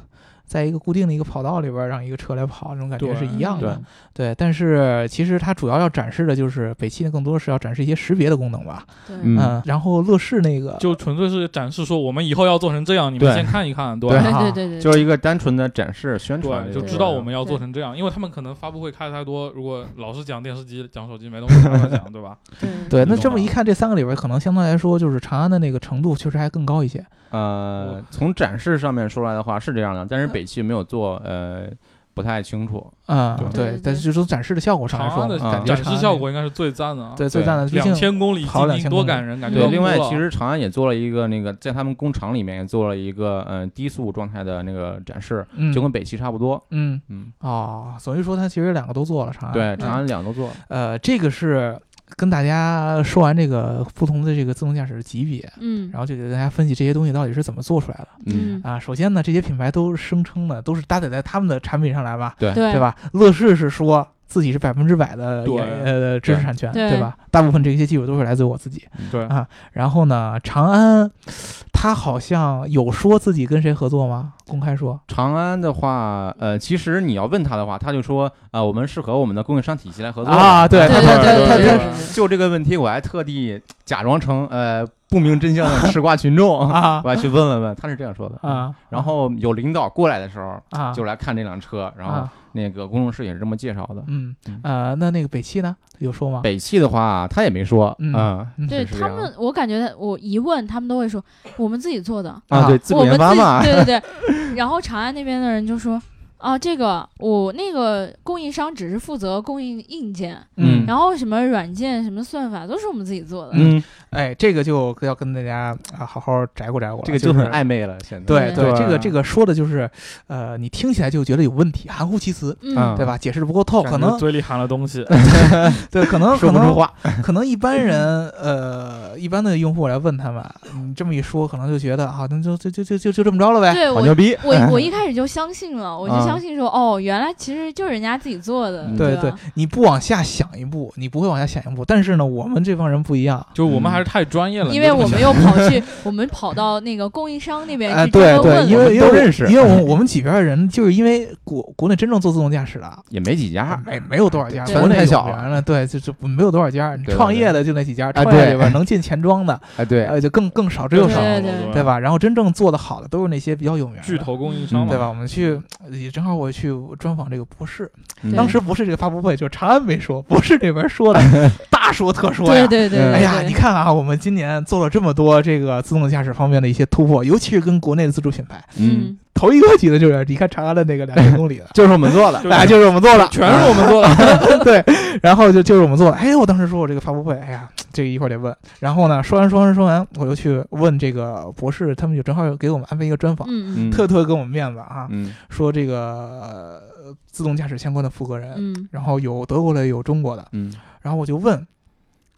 Speaker 3: 在一个固定的一个跑道里边儿让一个车来跑，那种感觉
Speaker 4: 对
Speaker 3: 是一样
Speaker 5: 对
Speaker 3: 的。
Speaker 2: 嗯
Speaker 3: 对，但是其实它主要要展示的就是北汽呢，更多是要展示一些识别的功能吧。
Speaker 2: 对，
Speaker 5: 嗯
Speaker 3: 嗯，然后乐视那个
Speaker 4: 就纯粹是展示说我们以后要做成这样，你们
Speaker 5: 对
Speaker 4: 先看一看，对
Speaker 5: 对
Speaker 4: 吧
Speaker 2: 对
Speaker 3: 啊
Speaker 2: 对对对，
Speaker 5: 就是一个单纯的展示宣传这
Speaker 4: 对，就
Speaker 5: 种，
Speaker 4: 知道我们要做成这样，因为他们可能发布会开得太多，如果老是讲电视机、讲手机，没东西跟他讲，对吧？
Speaker 2: 对
Speaker 3: 对，那
Speaker 4: 你
Speaker 3: 这
Speaker 4: 懂
Speaker 3: 么一
Speaker 4: 吗
Speaker 3: 看，这三个里边儿可能相对来说就是长安的那个程度确实还更高一些。
Speaker 5: 呃，从展示上面说来的话是这样的，但是北汽没有做，呃，不太清楚。
Speaker 3: 嗯，
Speaker 5: 对
Speaker 2: 对对
Speaker 3: 但是从展示的效果上来
Speaker 4: 长
Speaker 3: 说
Speaker 4: 安
Speaker 3: 嗯
Speaker 4: 的，
Speaker 5: 啊
Speaker 3: 感觉
Speaker 4: 展
Speaker 3: 长
Speaker 4: 示
Speaker 3: 安
Speaker 4: 效
Speaker 3: 那
Speaker 4: 果应该是最赞的啊，
Speaker 3: 对最赞的，毕
Speaker 4: 两
Speaker 3: 竟
Speaker 4: 千公里
Speaker 3: 跑
Speaker 4: 进京
Speaker 3: 2000
Speaker 4: 多
Speaker 3: 公里
Speaker 4: 感人，感觉
Speaker 5: 对，
Speaker 4: 都
Speaker 5: 另外
Speaker 4: 哭了
Speaker 5: 其实长安也做了一个那个，在他们工厂里面也做了一个呃低速状态的那个展示，
Speaker 3: 嗯
Speaker 5: 就跟北汽差不多。
Speaker 3: 嗯
Speaker 5: 嗯，
Speaker 3: 哦，所以说它其实两个都做了长安。，
Speaker 5: 对，长安两个都做了。
Speaker 3: 呃，这个是跟大家说完这个不同的这个自动驾驶的级别，
Speaker 2: 嗯
Speaker 3: 然后就给大家分析这些东西到底是怎么做出来的
Speaker 5: 嗯，
Speaker 3: 啊。首先呢，这些品牌都声称呢都是搭载在他们的产品上来吧，
Speaker 5: 对
Speaker 2: 对
Speaker 3: 对？吧？乐视是说。自己是百分之百的
Speaker 4: 对
Speaker 3: 呃知识
Speaker 5: 对
Speaker 3: 产权，
Speaker 2: 对
Speaker 3: 对吧？大部分这些技术都是来自于我自己。
Speaker 4: 对
Speaker 3: 啊然后呢，长安，他好像有说自己跟谁合作吗？公开说，
Speaker 5: 长安的话，呃，其实你要问他的话，他就说啊、我们是和我们的供应商体系来合作的
Speaker 3: 啊对
Speaker 2: 对
Speaker 3: 他
Speaker 2: 对
Speaker 3: 他
Speaker 2: 对
Speaker 3: 他
Speaker 2: 对对
Speaker 3: 他
Speaker 2: 对
Speaker 5: 就这个问题，我还特地假装成呃不明真相的吃瓜群众
Speaker 3: 啊
Speaker 5: 我还去问了问，他是这样说的。
Speaker 3: 啊，
Speaker 5: 嗯然后有领导过来的时候，
Speaker 3: 啊，
Speaker 5: 就来看这辆车，然后
Speaker 3: 啊，
Speaker 5: 那个公众室也是这么介绍的。
Speaker 3: 嗯
Speaker 5: 嗯
Speaker 3: 呃，那那个北汽呢，有说吗？
Speaker 5: 北汽的话，他也没说，啊
Speaker 3: 嗯嗯
Speaker 2: 对
Speaker 5: 是这
Speaker 2: 他
Speaker 5: 样
Speaker 2: 们，我感觉我一问他们都会说我们自己做的，
Speaker 5: 啊，对，自主
Speaker 2: 我们自
Speaker 5: 研发
Speaker 2: 己
Speaker 5: 嘛，
Speaker 2: 对对 对。然后长安那边的人就说啊，这个我那个供应商只是负责供应硬件，
Speaker 5: 嗯
Speaker 2: 然后什么软件、什么算法都是我们自己做的。
Speaker 5: 嗯，
Speaker 3: 哎，这个就要跟大家啊好好摘过摘过了，
Speaker 5: 这个
Speaker 3: 就
Speaker 5: 就是很。暧昧了，嗯现
Speaker 2: 嗯
Speaker 5: 在
Speaker 3: 对
Speaker 2: 对
Speaker 3: 这个这个说的就是，呃，你听起来就觉得有问题，含糊其辞，
Speaker 2: 嗯
Speaker 5: 嗯
Speaker 3: 对吧？解释的不够透，
Speaker 4: 感
Speaker 3: 可
Speaker 4: 觉
Speaker 3: 能
Speaker 4: 嘴里含了东 西，
Speaker 3: 对，可能
Speaker 5: 说
Speaker 3: 可
Speaker 5: 不出
Speaker 3: 能
Speaker 5: 话，
Speaker 3: 可能一 般人，呃，一般的用户来问他们，你这么一说，可能就觉得啊，那就就就就就就这么着了呗。
Speaker 2: 对
Speaker 5: 好
Speaker 2: 我
Speaker 5: 牛逼，
Speaker 2: 我我 一开始就相信了，我就
Speaker 5: 啊
Speaker 2: 相信说，哦，原来其实就是人家自己做的，
Speaker 5: 嗯
Speaker 3: 对
Speaker 2: 对
Speaker 3: 对
Speaker 2: 吧，
Speaker 3: 你不往下想一步，你不会往下想一步。但是呢，我们这帮人不一样，
Speaker 4: 就是我们还是太专业了，
Speaker 2: 因为我们
Speaker 4: 们
Speaker 2: 又跑 去，我们跑到那个供应商那边
Speaker 3: 哎，
Speaker 2: 去专
Speaker 3: 对
Speaker 2: 门问了
Speaker 3: 对，因为因为
Speaker 5: 都
Speaker 3: 我
Speaker 5: 认识嗯
Speaker 3: 因为我们我们几边的人，就是因为国国内真正做自动驾驶的。
Speaker 5: 也没几家，
Speaker 3: 没没有多少家，
Speaker 5: 啊对
Speaker 3: 国内
Speaker 5: 太小
Speaker 3: 有
Speaker 5: 了
Speaker 3: 人了，对，就就没有多少家，你
Speaker 5: 对对啊
Speaker 3: 创业的就那几家，
Speaker 5: 对
Speaker 3: 创业里边能进钱庄的，
Speaker 5: 哎，对，
Speaker 3: 呃，就更更少之又少，
Speaker 2: 对
Speaker 4: 嗯
Speaker 3: 对？吧？然后真正做的好的都是那些比较有名的
Speaker 4: 巨头供应商嘛，
Speaker 3: 对吧？我们去也正好我去专访这个博士，
Speaker 5: 嗯
Speaker 3: 当时博士这个发布会就是长安没说，博士这边说的 大说特说呀
Speaker 2: 对。对对对，
Speaker 5: 嗯
Speaker 3: 哎呀，
Speaker 2: 对
Speaker 3: 你看啊，我们今年做了这么多这个自动驾驶方面的一些突破，尤其是跟国内的自主品牌，
Speaker 5: 嗯，，
Speaker 2: 嗯，
Speaker 3: 头一个举的就是你看长安的那个两千公里的
Speaker 5: 就是我们做的，
Speaker 4: 就是
Speaker 3: 哎，就是我们做的，
Speaker 4: 全是我们做的，
Speaker 3: 对，然后就就是我们做的。哎，我当时说我这个发布会，哎呀，这个一会儿得问。然后呢，说完说完说完，我又去问这个博士，他们就正好给我们安排一个专访，
Speaker 2: 嗯
Speaker 5: 嗯
Speaker 3: 特特给我们面子啊，
Speaker 5: 嗯
Speaker 3: 说这个、呃自动驾驶相关的负责人，
Speaker 2: 嗯
Speaker 3: 然后有德国的，有中国的，
Speaker 5: 嗯
Speaker 3: 然后我就问，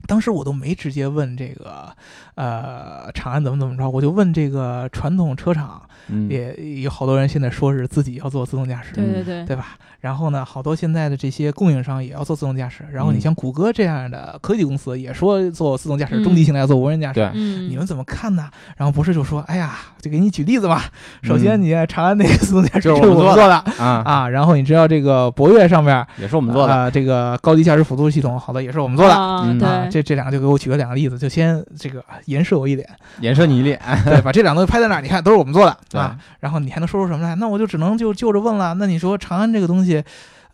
Speaker 3: 当时我都没直接问这个，呃，长安怎么怎么着，我就问这个传统车厂，
Speaker 5: 嗯，
Speaker 3: 也有好多人现在说是自己要做自动驾驶，
Speaker 2: 对对对，
Speaker 3: 嗯对吧？然后呢，好多现在的这些供应商也要做自动驾驶，然后你
Speaker 5: 嗯
Speaker 3: 像谷歌这样的科技公司也说做自动驾驶，
Speaker 2: 嗯
Speaker 3: 终极型的要做无人驾驶。
Speaker 5: 对
Speaker 2: 嗯，
Speaker 3: 你们怎么看呢？然后博士就说：“哎呀，就给你举例子吧。首先，
Speaker 5: 嗯
Speaker 3: 你看长安那个自动驾驶
Speaker 5: 就是
Speaker 3: 是
Speaker 5: 我们
Speaker 3: 我们
Speaker 5: 做的
Speaker 3: 做的
Speaker 5: 啊，
Speaker 3: 啊，然后你知道这个博越上面
Speaker 5: 也是我们做的，
Speaker 3: 啊，这个高级驾驶辅助系统，好的也是我们做的。
Speaker 2: 啊
Speaker 5: 嗯
Speaker 3: 啊
Speaker 2: 对，
Speaker 3: 这这两个就给我举了两个例子，就先这个 延射我一点，
Speaker 5: 颜色你一脸，
Speaker 3: 对，把这两个东西拍在那儿，你看都是我们做的
Speaker 5: 对
Speaker 3: 啊。然后你还能说出什么来？那我就只能就就着问了。那你说长安这个东西，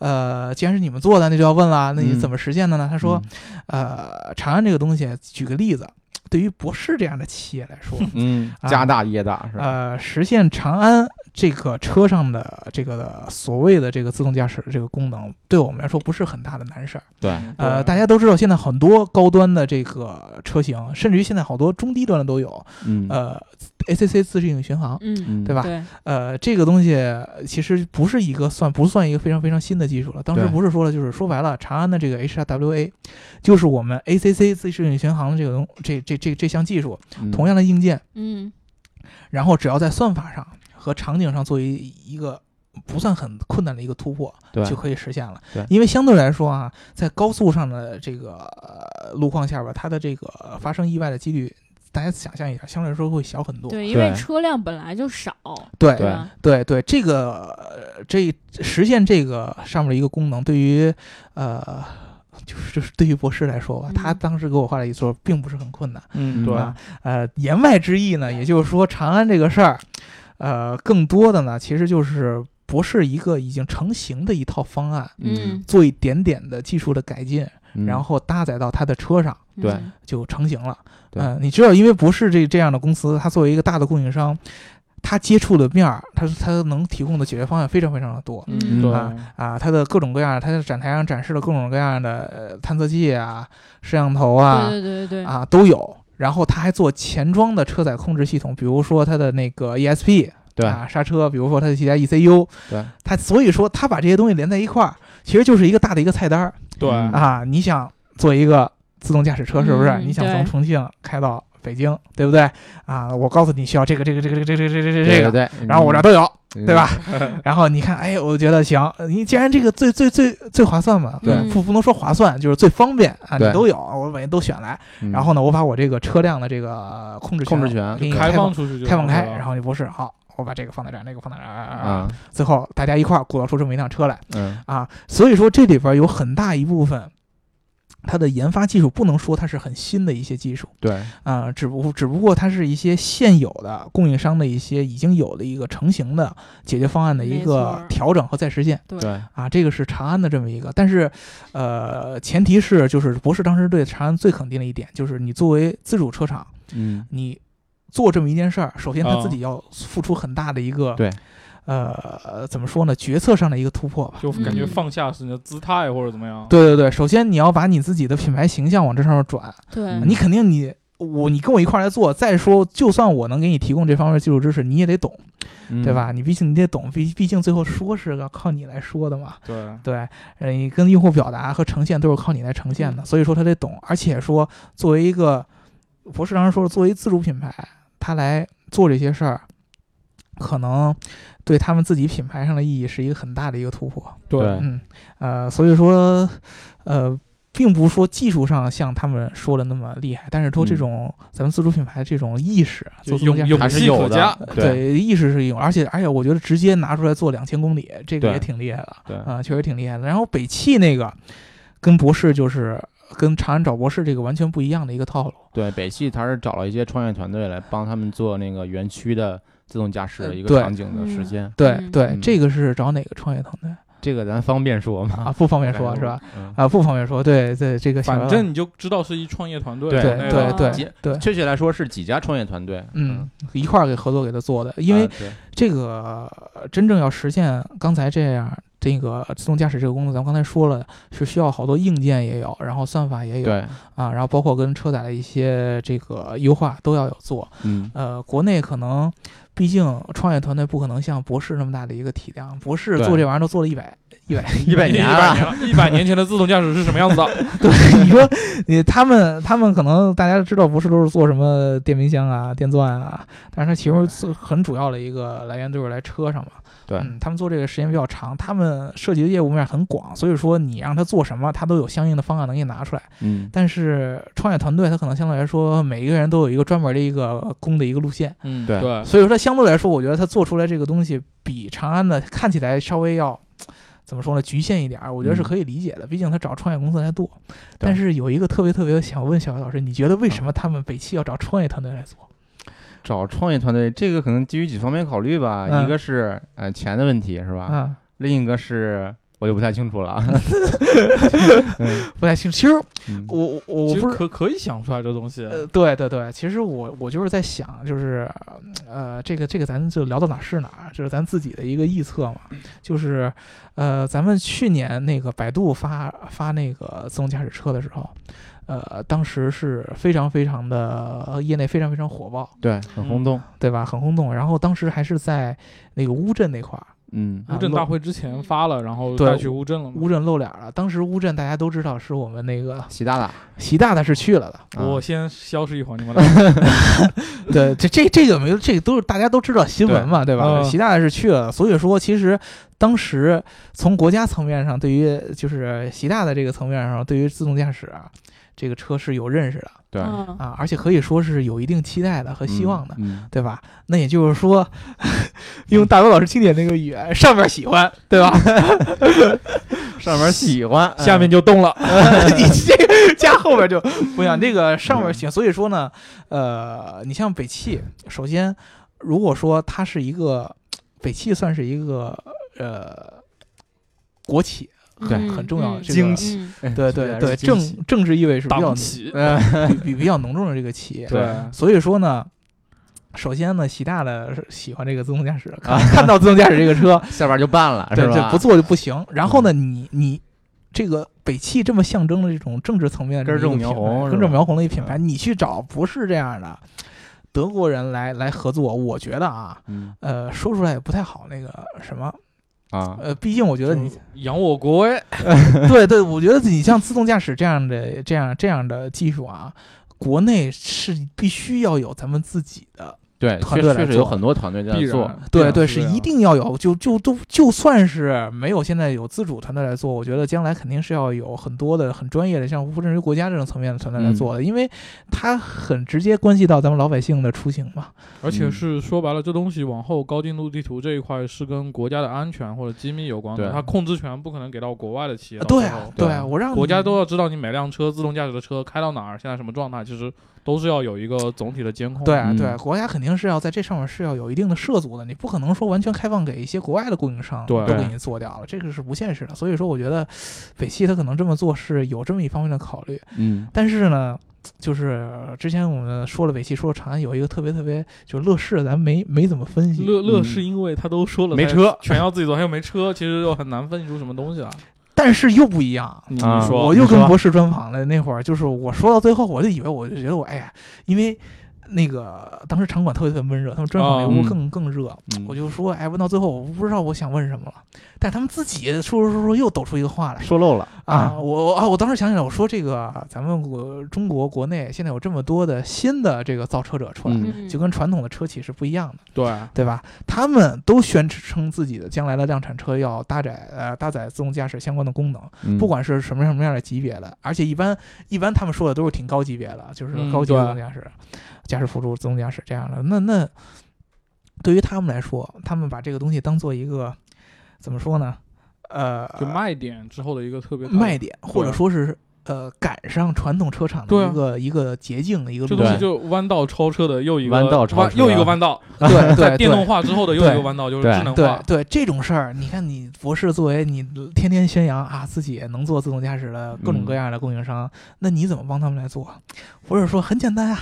Speaker 3: 呃，既然是你们做的，那就要问了，那你
Speaker 5: 嗯
Speaker 3: 怎么实现的呢？他说，呃，长安这个东西，举个例子，对于博士这样的企业来说，
Speaker 5: 嗯，
Speaker 3: 啊
Speaker 5: 家大业大是吧？
Speaker 3: 呃，实现长安这个车上的这个所谓的这个自动驾驶这个功能，对我们来说不是很大的难事儿。
Speaker 5: 对，
Speaker 3: 呃，大家都知道，现在很多高端的这个车型，甚至于现在好多中低端的都有，
Speaker 5: 嗯
Speaker 3: 呃，ACC 自适应巡航，
Speaker 2: 嗯，
Speaker 5: 嗯
Speaker 3: 对吧？
Speaker 2: 对，
Speaker 3: 呃，这个东西其实不是一个算不算一个非常非常新的技术了。当时
Speaker 5: 对
Speaker 3: 不是说了，就是说白了，长安的这个 HRWA，就是我们 ACC 自适应巡航的这个东这这这这项技术，
Speaker 5: 嗯
Speaker 3: 同样的硬件。
Speaker 2: 嗯
Speaker 3: 然后只要在算法上和场景上做一一个不算很困难的一个突破，
Speaker 5: 对
Speaker 3: 就可以实现了
Speaker 5: 对。
Speaker 3: 因为相对来说啊，在高速上的这个呃路况下边，它的这个发生意外的几率，大家想象一下，相对来说会小很多。
Speaker 2: 对，因为
Speaker 5: 对
Speaker 2: 车辆本来就少，
Speaker 3: 对
Speaker 5: 对
Speaker 2: 吧？
Speaker 3: 对对，这个呃这实现这个上面的一个功能，对于呃，就是就是对于博士来说吧，他
Speaker 2: 嗯
Speaker 3: 当时给我画了一说，并不是很困难。
Speaker 4: 嗯，
Speaker 5: 嗯
Speaker 4: 对，
Speaker 3: 啊呃，言外之意呢，也就是说长安这个事儿，呃，更多的呢，其实就是博士一个已经成型的一套方案，
Speaker 2: 嗯，
Speaker 3: 做一点点的技术的改进，
Speaker 5: 嗯
Speaker 3: 然后搭载到他的车上。
Speaker 5: 对
Speaker 2: 嗯
Speaker 3: 就成型了。
Speaker 5: 对
Speaker 3: 呃，你知道，因为博士这这样的公司，它作为一个大的供应商，它接触的面儿，它它能提供的解决方案非常非常的多
Speaker 2: 嗯
Speaker 4: 对，
Speaker 3: 啊啊，它的各种各样的，它在展台上展示了各种各样的呃探测器啊、摄像头啊
Speaker 2: 对对对对对，
Speaker 3: 啊都有。然后它还做前装的车载控制系统，比如说它的那个 ESP
Speaker 5: 对
Speaker 3: 啊刹车，比如说它的其他 E ECU，
Speaker 5: 对，
Speaker 3: 它所以说它把这些东西连在一块儿，其实就是一个大的一个菜单儿。
Speaker 4: 对，
Speaker 5: 嗯
Speaker 3: 啊，你想做一个自动驾驶车，是不是？
Speaker 2: 嗯
Speaker 3: 你想
Speaker 2: 对
Speaker 3: 从重庆开到北京，对不对？啊，我告诉你需要这个这个这个这个这个这个这个这
Speaker 5: 对
Speaker 3: 个，
Speaker 5: 对，
Speaker 3: 然后我这儿都有，
Speaker 5: 嗯
Speaker 3: 对吧？？然后你看，哎，我觉得行，你既然这个最最最最划算嘛，
Speaker 5: 对
Speaker 3: 不不能说划算，就是最方便啊，你
Speaker 5: 对
Speaker 3: 都有，我每天都选来。
Speaker 5: 嗯
Speaker 3: 然后呢，我把我这个车辆的这个呃控制
Speaker 5: 控制
Speaker 3: 权
Speaker 5: 权
Speaker 3: 给你
Speaker 4: 开
Speaker 3: 开
Speaker 4: 放
Speaker 3: 放
Speaker 4: 出去就
Speaker 3: 开放
Speaker 4: 可以
Speaker 3: 开，
Speaker 4: 了嗯
Speaker 3: 然后你不是好。我把这个放在这儿，那个放在这儿，啊
Speaker 5: 啊，
Speaker 3: 最后大家一块儿鼓捣出这么一辆车来，
Speaker 5: 嗯
Speaker 3: 啊，所以说这里边有很大一部分。它的研发技术不能说它是很新的一些技术
Speaker 5: 对，
Speaker 3: 啊、只不只不过它是一些现有的供应商的一些已经有的一个成型的解决方案的一
Speaker 2: 没错
Speaker 3: 个
Speaker 2: 儿
Speaker 3: 调整和再实现
Speaker 2: 对
Speaker 5: 对
Speaker 3: 啊，这个是长安的这么一个，但是，呃，前提是就是博士当时对长安最肯定的一点就是你作为自主车厂，
Speaker 5: 嗯
Speaker 3: 你做这么一件事儿，首先他
Speaker 4: 啊
Speaker 3: 自己要付出很大的一个、
Speaker 5: 对，
Speaker 3: 呃，怎么说呢，决策上的一个突破吧，
Speaker 4: 就感觉
Speaker 2: 嗯
Speaker 4: 放下是你的姿态或者怎么样，
Speaker 3: 对对对，首先你要把你自己的品牌形象往这上面转，
Speaker 2: 对，
Speaker 4: 嗯
Speaker 3: 你肯定你我你跟我一块儿来做。再说，就算我能给你提供这方面的技术知识，你也得懂，
Speaker 5: 嗯
Speaker 4: 嗯
Speaker 3: 对？吧？你毕竟你得懂，毕毕竟最后说是个靠你来说的嘛，
Speaker 4: 对，
Speaker 3: 对，呃，你跟用户表达和呈现都是靠你来呈现的，所以说他得懂，而且说作为一个博士当时说的，作为自主品牌，他来做这些事儿，可能对他们自己品牌上的意义是一个很大的一个突破。
Speaker 5: 对
Speaker 3: 嗯，呃，所以说，呃，并不是说技术上像他们说的那么厉害，但是说这
Speaker 5: 嗯
Speaker 3: 种、咱们自主品牌这种意识，
Speaker 4: 就
Speaker 3: 做自动
Speaker 4: 勇
Speaker 3: 驾驶
Speaker 4: 勇
Speaker 5: 还是
Speaker 4: 气可
Speaker 5: 有
Speaker 4: 嘉
Speaker 5: 的，，
Speaker 3: 对意识是一种，而且而且我觉得直接拿出来做两千公里，这个
Speaker 5: 对
Speaker 3: 也挺厉害的，
Speaker 5: 对
Speaker 3: 啊、确实挺厉害的。然后北汽那个跟博士就是跟长安找博士这个完全不一样的一个套路，
Speaker 5: 对，北汽它是找了一些创业团队来帮他们做那个园区的自动驾驶的一个
Speaker 3: 呃对
Speaker 5: 场景的实
Speaker 2: 嗯
Speaker 5: 现，
Speaker 3: 对、
Speaker 2: 嗯
Speaker 3: 对、
Speaker 5: 嗯
Speaker 3: 这个是找哪个创业团队
Speaker 5: 这个咱方便说吗？
Speaker 3: 啊？不方便说，是吧？
Speaker 5: 嗯？
Speaker 3: 啊，不方便说，对对，这个小
Speaker 4: 反正你就知道是一创业团队，
Speaker 5: 对
Speaker 3: 对
Speaker 4: 那
Speaker 3: 对
Speaker 4: 个
Speaker 3: 对
Speaker 5: 结
Speaker 3: 对，
Speaker 5: 确切来说是几家创业团队，
Speaker 3: 嗯，，一块儿给合作给他做的，因为
Speaker 5: 啊对
Speaker 3: 这个呃真正要实现刚才这样这个自动驾驶这个工作，咱们刚才说了，是需要好多硬件也有，然后算法也有
Speaker 5: 对，
Speaker 3: 啊，然后包括跟车载的一些这个优化都要有做。
Speaker 5: 嗯，
Speaker 3: 呃，国内可能毕竟创业团队不可能像博士那么大的一个体量，博士
Speaker 5: 对
Speaker 3: 做这玩意儿都做了一百一百 啊
Speaker 5: 一百
Speaker 4: 一
Speaker 5: 年
Speaker 4: 百
Speaker 5: 了，
Speaker 4: 年，一百年前的自动驾驶是什么样子 的？
Speaker 3: 对，你说你他们他们可能大家知道不是都是做什么电冰箱啊、电钻啊，但是它其实最很主要的一个来源就是来车上嘛。
Speaker 5: 对
Speaker 3: 嗯，他们做这个时间比较长，他们涉及的业务面很广，所以说你让他做什么，他都有相应的方案能给你拿出来。
Speaker 5: 嗯，
Speaker 3: 但是创业团队，他可能相对来说每一个人都有一个专门的一个攻的一个路线，
Speaker 4: 嗯，
Speaker 5: 对
Speaker 4: 对，
Speaker 3: 所以说它相对来说，我觉得它做出来这个东西比长安的看起来稍微要怎么说呢，局限一点儿，我觉得是
Speaker 5: 嗯
Speaker 3: 可以理解的。毕竟他找创业公司来做，但是有一个特别特别想问小伟老师，你觉得为什么他们北汽要找创业团队来做？
Speaker 5: 找创业团队，这个可能基于几方面考虑吧，
Speaker 3: 嗯
Speaker 5: 一个是呃钱的问题是吧？
Speaker 3: 啊，
Speaker 5: 另一个是我就不太清楚了，嗯
Speaker 3: 不太清。其实
Speaker 5: 嗯
Speaker 3: 我我我
Speaker 4: 其实
Speaker 3: 不是。
Speaker 4: 可可以想出来这东西，
Speaker 3: 呃，对对对，其实我我就是在想，就是，呃，这个这个咱就聊到哪是哪儿，就是咱自己的一个臆测嘛，就是，呃，咱们去年那个百度发发那个自动驾驶车的时候，呃，当时是非常非常的业内非常非常火爆，
Speaker 5: 对，很轰动，
Speaker 3: 对吧？很轰动。然后当时还是在那个乌镇那块儿，
Speaker 5: 嗯
Speaker 3: 啊
Speaker 4: 乌镇
Speaker 3: 漏
Speaker 4: 大会之前发了，然后
Speaker 3: 对
Speaker 4: 带去乌镇了嘛。
Speaker 3: 乌镇露脸了。当时乌镇大家都知道是我们那个
Speaker 5: 习大大，
Speaker 3: 习大大是去了的，
Speaker 5: 啊
Speaker 4: 我先消失一会儿，你们
Speaker 3: 嗯
Speaker 4: 来。
Speaker 3: 对，这这这个没有，这个都是大家都知道新闻嘛，对吧？
Speaker 4: 嗯
Speaker 3: 习大大是去了，所以说其实当时从国家层面上，对于就是习大大这个层面上，对于自动驾驶啊这个车是有认识的
Speaker 5: 对，
Speaker 2: 嗯
Speaker 3: 啊，而且可以说是有一定期待的和
Speaker 5: 嗯
Speaker 3: 希望的，
Speaker 5: 嗯
Speaker 3: 对吧？那也就是说， 用大伟老师经典那个语言，上面喜欢，对吧？
Speaker 5: 上面喜欢， 嗯
Speaker 4: 下面就 动了，
Speaker 3: 你这个加后边就不一样，那个上
Speaker 5: 嗯
Speaker 3: 面行。所以说呢，呃，你像北汽，首先如果说它是一个北汽，算是一个呃国企，
Speaker 5: 对
Speaker 2: 嗯
Speaker 3: 很重要的
Speaker 2: 嗯
Speaker 3: 这个
Speaker 5: 经济
Speaker 2: 嗯
Speaker 5: 嗯这
Speaker 3: 对对
Speaker 5: 个
Speaker 3: 对，
Speaker 5: 是惊
Speaker 3: 政
Speaker 5: 喜
Speaker 3: 政治意味是比较
Speaker 4: 党
Speaker 3: 浓
Speaker 4: 企。
Speaker 5: 嗯
Speaker 3: 比比比较浓重的这个企业。
Speaker 5: 对
Speaker 3: 所以说呢。首先呢，习大大是喜欢这个自动驾驶，看 看到自动驾驶这个车，
Speaker 5: 下边就办了，
Speaker 3: 对，
Speaker 5: 是吧？
Speaker 3: 啊
Speaker 5: 嗯
Speaker 3: 这不做就不行。然后呢，你你这个北汽这么象征的这种政治层面的这么
Speaker 5: 根正
Speaker 3: 一
Speaker 5: 苗
Speaker 3: 个品牌
Speaker 5: 红是
Speaker 3: 根正
Speaker 5: 吧嗯
Speaker 3: 苗红的一品牌，你去找不是这样的德国人来来合作，我觉得啊，
Speaker 5: 嗯
Speaker 3: 呃，说出来也不太好那个什么，
Speaker 5: 啊，
Speaker 3: 呃，毕竟我觉得你
Speaker 4: 扬我国哎威，
Speaker 3: 对对，我觉得你像自动驾驶这样的这样这样的技术啊。国内是必须要有咱们自己的，
Speaker 5: 对，
Speaker 3: 团
Speaker 5: 确
Speaker 3: 队
Speaker 5: 实
Speaker 3: 来
Speaker 5: 确实
Speaker 3: 做
Speaker 5: 有很多团队在
Speaker 4: 必
Speaker 5: 做，
Speaker 4: 然
Speaker 3: 对
Speaker 4: 必
Speaker 3: 对，
Speaker 4: 然
Speaker 3: 是
Speaker 4: 啊这样
Speaker 3: 一定要有，就就都就算是没有现在有自主团队来做，我觉得将来肯定是要有很多的很专业的，像甚至于国家这种层面的团队来
Speaker 5: 嗯
Speaker 3: 做的，因为它很直接关系到咱们老百姓的出行嘛。
Speaker 4: 而且是说白了，这东西往后高精度地图这一块是跟国家的安全或者机密有关的，
Speaker 5: 对
Speaker 4: 它控制权不可能给到国外的企业。
Speaker 3: 对啊，
Speaker 5: 对
Speaker 3: 啊，我让
Speaker 4: 国家
Speaker 3: 你
Speaker 4: 都要知道你每辆车自动驾驶的车开到哪儿，现在什么状态，其实都是要有一个总体的监控。
Speaker 3: 对啊，
Speaker 5: 嗯
Speaker 3: 对啊，国家肯定是要在这上面是要有一定的涉足的，你不可能说完全开放给一些国外的供应商
Speaker 4: 对
Speaker 3: 都给你做掉了，这个是不现实的。所以说，我觉得北汽它可能这么做是有这么一方面的考虑。
Speaker 5: 嗯
Speaker 3: 但是呢，就是之前我们说了北汽，说了长安有一个特别特别，就是乐视，咱没没怎么分析。
Speaker 4: 乐乐是因为他都说了
Speaker 5: 没
Speaker 4: 他
Speaker 5: 车
Speaker 4: 全要自己做，他又没车，其实又很难分析出什么东西来。
Speaker 3: 但是又不一样。
Speaker 4: 你
Speaker 5: 啊
Speaker 4: 你说，
Speaker 3: 我又
Speaker 5: 你
Speaker 3: 跟
Speaker 5: 说
Speaker 3: 博士专访了那会儿，就是我说到最后，我就以为我就觉得我哎呀，因为那个当时场馆特别特别闷热，他们专访那
Speaker 5: 哦
Speaker 3: 屋
Speaker 5: 嗯
Speaker 3: 更、更热，
Speaker 5: 嗯
Speaker 3: 我就说哎，问到最后我不知道我想问什么了，但他们自己说说说说又抖出一个话来，
Speaker 5: 说漏了
Speaker 3: 啊，，我啊，我当时想起来，我说这个咱们国中国国内现在有这么多的新的这个造车者出来，
Speaker 5: 嗯
Speaker 3: 就跟传统的车企是不一样的，
Speaker 4: 对，
Speaker 3: 对吧？他们都宣称自己的将来的量产车要搭载呃搭载自动驾驶相关的功能，
Speaker 5: 嗯
Speaker 3: 不管是什么什么样的级别的，而且一般一般他们说的都是挺高级别的，就是
Speaker 4: 嗯
Speaker 3: 高级自
Speaker 4: 对
Speaker 3: 动驾驶、驾驶辅助自动驾驶这样的。那那对于他们来说，他们把这个东西当做一个怎么说呢？呃，
Speaker 4: 就卖点之后的一个特别大的
Speaker 3: 卖点，或者说是呃赶上传统车厂的
Speaker 4: 对啊
Speaker 3: 一个、一个捷径的一个
Speaker 4: 这
Speaker 3: 路
Speaker 4: 东西
Speaker 3: 线。
Speaker 4: 就弯道超车的又一个
Speaker 5: 弯道超车
Speaker 4: 又一个弯道，
Speaker 3: 对对
Speaker 4: 在
Speaker 3: 对
Speaker 4: 电动化之后的又一
Speaker 3: 对
Speaker 4: 个弯道就是
Speaker 5: 对
Speaker 4: 智能
Speaker 3: 对
Speaker 4: 化。
Speaker 3: 对这种事儿，你看你博士作为你天天宣扬啊自己能做自动驾驶的各
Speaker 4: 嗯
Speaker 3: 种各样的供应商，那你怎么帮他们来做？或者说很简单啊，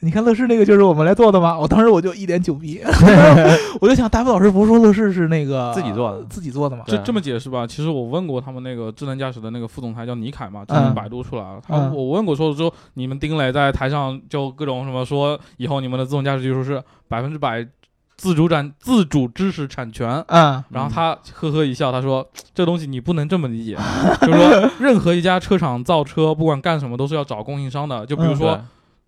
Speaker 3: 你看乐视那个就是我们来做的嘛。我当时我就一脸 窘逼，我就想大卫老师不是说乐视是那个
Speaker 5: 自己做的
Speaker 3: 自己做的嘛？
Speaker 4: 这
Speaker 5: 对
Speaker 4: 这么解释吧，其实我问过他们那个智能驾驶的那个副总裁叫尼凯嘛，之前
Speaker 3: 嗯
Speaker 4: 百度出来了。
Speaker 3: 嗯
Speaker 4: 他我问过说之后，你们丁磊在台上就各种什么说，以后你们的自动驾驶技术是百分之百自主产自主知识产权。
Speaker 3: 嗯
Speaker 4: 然后他呵呵一笑，他说：“这东西你不能这么理 解，就是说任何一家车厂造车，不管干什么都是要找供应商的。就比如
Speaker 3: 嗯
Speaker 4: 说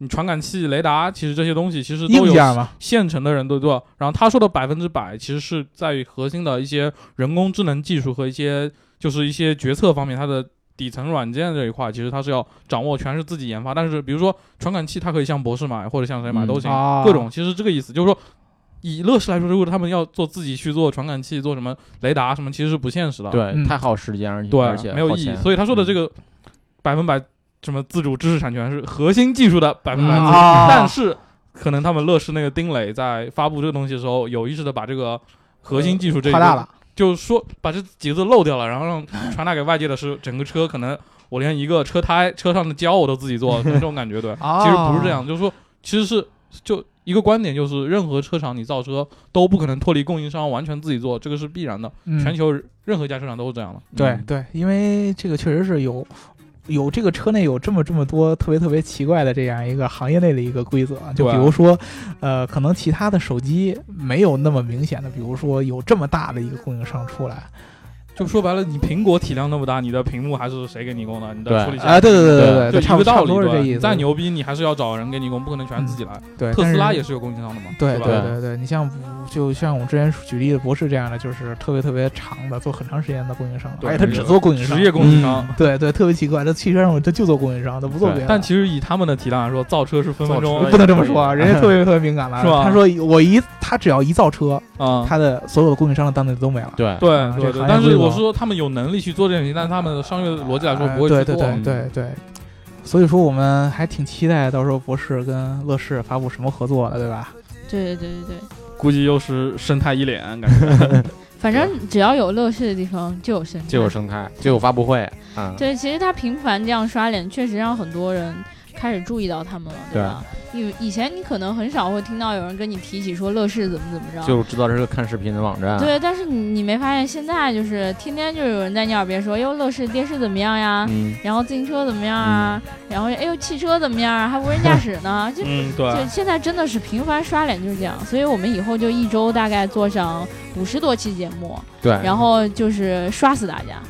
Speaker 4: 你传感器、雷达，其实这些东西其实都
Speaker 3: 硬
Speaker 4: 有
Speaker 3: 件啊嘛，
Speaker 4: 现成的人都做。然后他说的百分之百，其实是在于核心的一些人工智能技术和一些就是一些决策方面，它的底层软件这一块，其实它是要掌握全是自己研发。但是比如说传感器，它可以向博士买或者向谁
Speaker 5: 嗯
Speaker 4: 买都行，
Speaker 3: 啊
Speaker 4: 各种其实这个意思就是说。以乐视来说，如果他们要做自己去做传感器、做什么雷达什么，其实是不现实的。
Speaker 5: 对
Speaker 3: 嗯
Speaker 5: 太耗时间，而且
Speaker 4: 对，
Speaker 5: 而且
Speaker 4: 没有
Speaker 5: 耗
Speaker 4: 意义。
Speaker 5: 钱嗯
Speaker 4: 所以他说的这个百分百什么自主知识产权是核心技术的百分百自主，
Speaker 3: 啊
Speaker 4: 但是可能他们乐视那个丁磊在发布这个东西的时候，有意识的把这个核心技术这一
Speaker 3: 夸
Speaker 4: 个
Speaker 3: 大了。
Speaker 4: 就是说把这几个字漏掉了，然后让传达给外界的是整个车可能我连一个车胎、车上的胶我都自己做，这种感觉 对。
Speaker 3: 哦
Speaker 4: 其实不是这样，就是说其实是就一个观点，就是任何车厂你造车都不可能脱离供应商完全自己做，这个是必然的。
Speaker 3: 嗯
Speaker 4: 全球任何一家车厂都是这样的。
Speaker 3: 对
Speaker 5: 嗯
Speaker 3: 对，因为这个确实是有有这个车内有这么这么多特别特别奇怪的这样一个行业内的一个规则啊，就
Speaker 4: 对
Speaker 3: 比如说，呃，可能其他的手机没有那么明显的，比如说有这么大的一个供应商出来，
Speaker 4: 就说白了，你苹果体量那么大，你的屏幕还是谁给你供的？你的
Speaker 5: 对
Speaker 4: 处理器
Speaker 3: 啊，对对对对
Speaker 4: 就
Speaker 3: 对，差
Speaker 4: 一
Speaker 3: 不
Speaker 4: 个
Speaker 3: 差
Speaker 4: 道
Speaker 3: 不
Speaker 4: 理，
Speaker 3: 多是
Speaker 4: 对
Speaker 3: 这
Speaker 4: 吧
Speaker 3: 意
Speaker 4: 你
Speaker 3: 思。
Speaker 4: 再牛逼，你还是要找人给你供，不可能全自己来。
Speaker 3: 对，
Speaker 4: 特斯拉
Speaker 3: 但是
Speaker 4: 也是有供应商的嘛，
Speaker 3: 对
Speaker 4: 吧？
Speaker 3: 对对对，你像就像我之前举例的博士这样的，就是特别特别长的，做很长时间的供应商，
Speaker 4: 对
Speaker 3: 而且他只做供应商
Speaker 4: 职，业供应商。
Speaker 3: 对对，特别奇怪，这汽车上他就做供应商，他不做
Speaker 5: 对
Speaker 3: 别的。
Speaker 4: 但其实以他们的体量来说，造车是分分钟
Speaker 5: 造车
Speaker 3: 不能这么说，啊，人家特别特别敏感了。
Speaker 4: 是吧
Speaker 3: 他说我一他只要一造车，
Speaker 4: 啊。
Speaker 3: 他的所有的供应商的单子都没了。
Speaker 5: 对，
Speaker 3: 啊
Speaker 4: 对对对
Speaker 3: 这行，业
Speaker 4: 但
Speaker 3: 规
Speaker 4: 是我
Speaker 3: 模
Speaker 4: 说他们有能力去做这件事情，但是他们的商业逻辑来说不会
Speaker 3: 哎对
Speaker 4: 去
Speaker 3: 对
Speaker 4: 做。
Speaker 3: 对对对。所以说，我们还挺期待到时候博士跟乐视发布什么合作的，对吧？
Speaker 2: 对对对对对，
Speaker 4: 估计又是生态一脸，感觉
Speaker 2: 反正只要有乐视的地方就有生态。
Speaker 5: 就有生态，就有发布会啊，
Speaker 2: 对，其实他频繁这样刷脸，确实让很多人开始注意到他们了，
Speaker 5: 对
Speaker 2: 吧？以以前你可能很少会听到有人跟你提起说乐视怎么怎么着，
Speaker 5: 就知道这是个看视频的网站。
Speaker 2: 对，但是你你没发现现在就是天天就有人在你耳边说，哟，乐视电视怎么样呀？
Speaker 5: 嗯，
Speaker 2: 然后自行车怎么样啊？然后哎呦，汽车怎么样啊？还无人 驾驶呢？就
Speaker 4: 嗯，
Speaker 2: 就
Speaker 4: 对，
Speaker 2: 现在真的是频繁刷脸就是这样，所以我们以后就一周大概做上五十多期节目，
Speaker 5: 对，
Speaker 2: 然后就是刷死大家。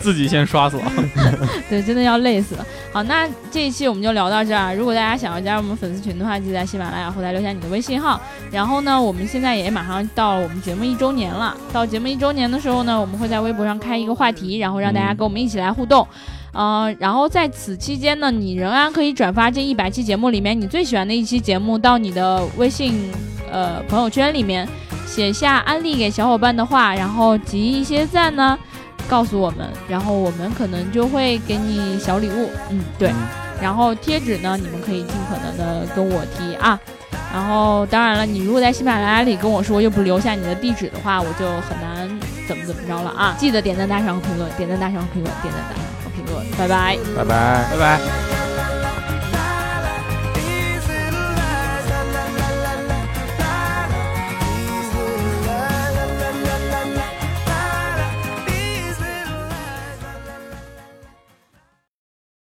Speaker 4: 自己先刷死了。
Speaker 2: 对，真的要累死了。好，那这一期我们就聊到这儿啊。如果大家想要加入我们粉丝群的话，记得在喜马拉雅后台留下你的微信号。然后呢，我们现在也马上到了我们节目一周年了。到节目一周年的时候呢，我们会在微博上开一个话题，然后让大家
Speaker 5: 嗯
Speaker 2: 跟我们一起来互动。呃，然后在此期间呢，你仍然可以转发这一百期节目里面你最喜欢的一期节目到你的微信呃朋友圈里面，写下安利给小伙伴的话，然后集一些赞呢，告诉我们，然后我们可能就会给你小礼物。嗯，对。然后贴纸呢，你们可以尽可能的跟我提啊。然后当然了，你如果在喜马拉雅里跟我说又不留下你的地址的话，我就很难怎么怎么着了啊！记得点赞、打赏和评论，点赞、打赏和评论，点赞、打赏和评论，拜拜。
Speaker 5: 拜拜，拜拜。
Speaker 1: Thank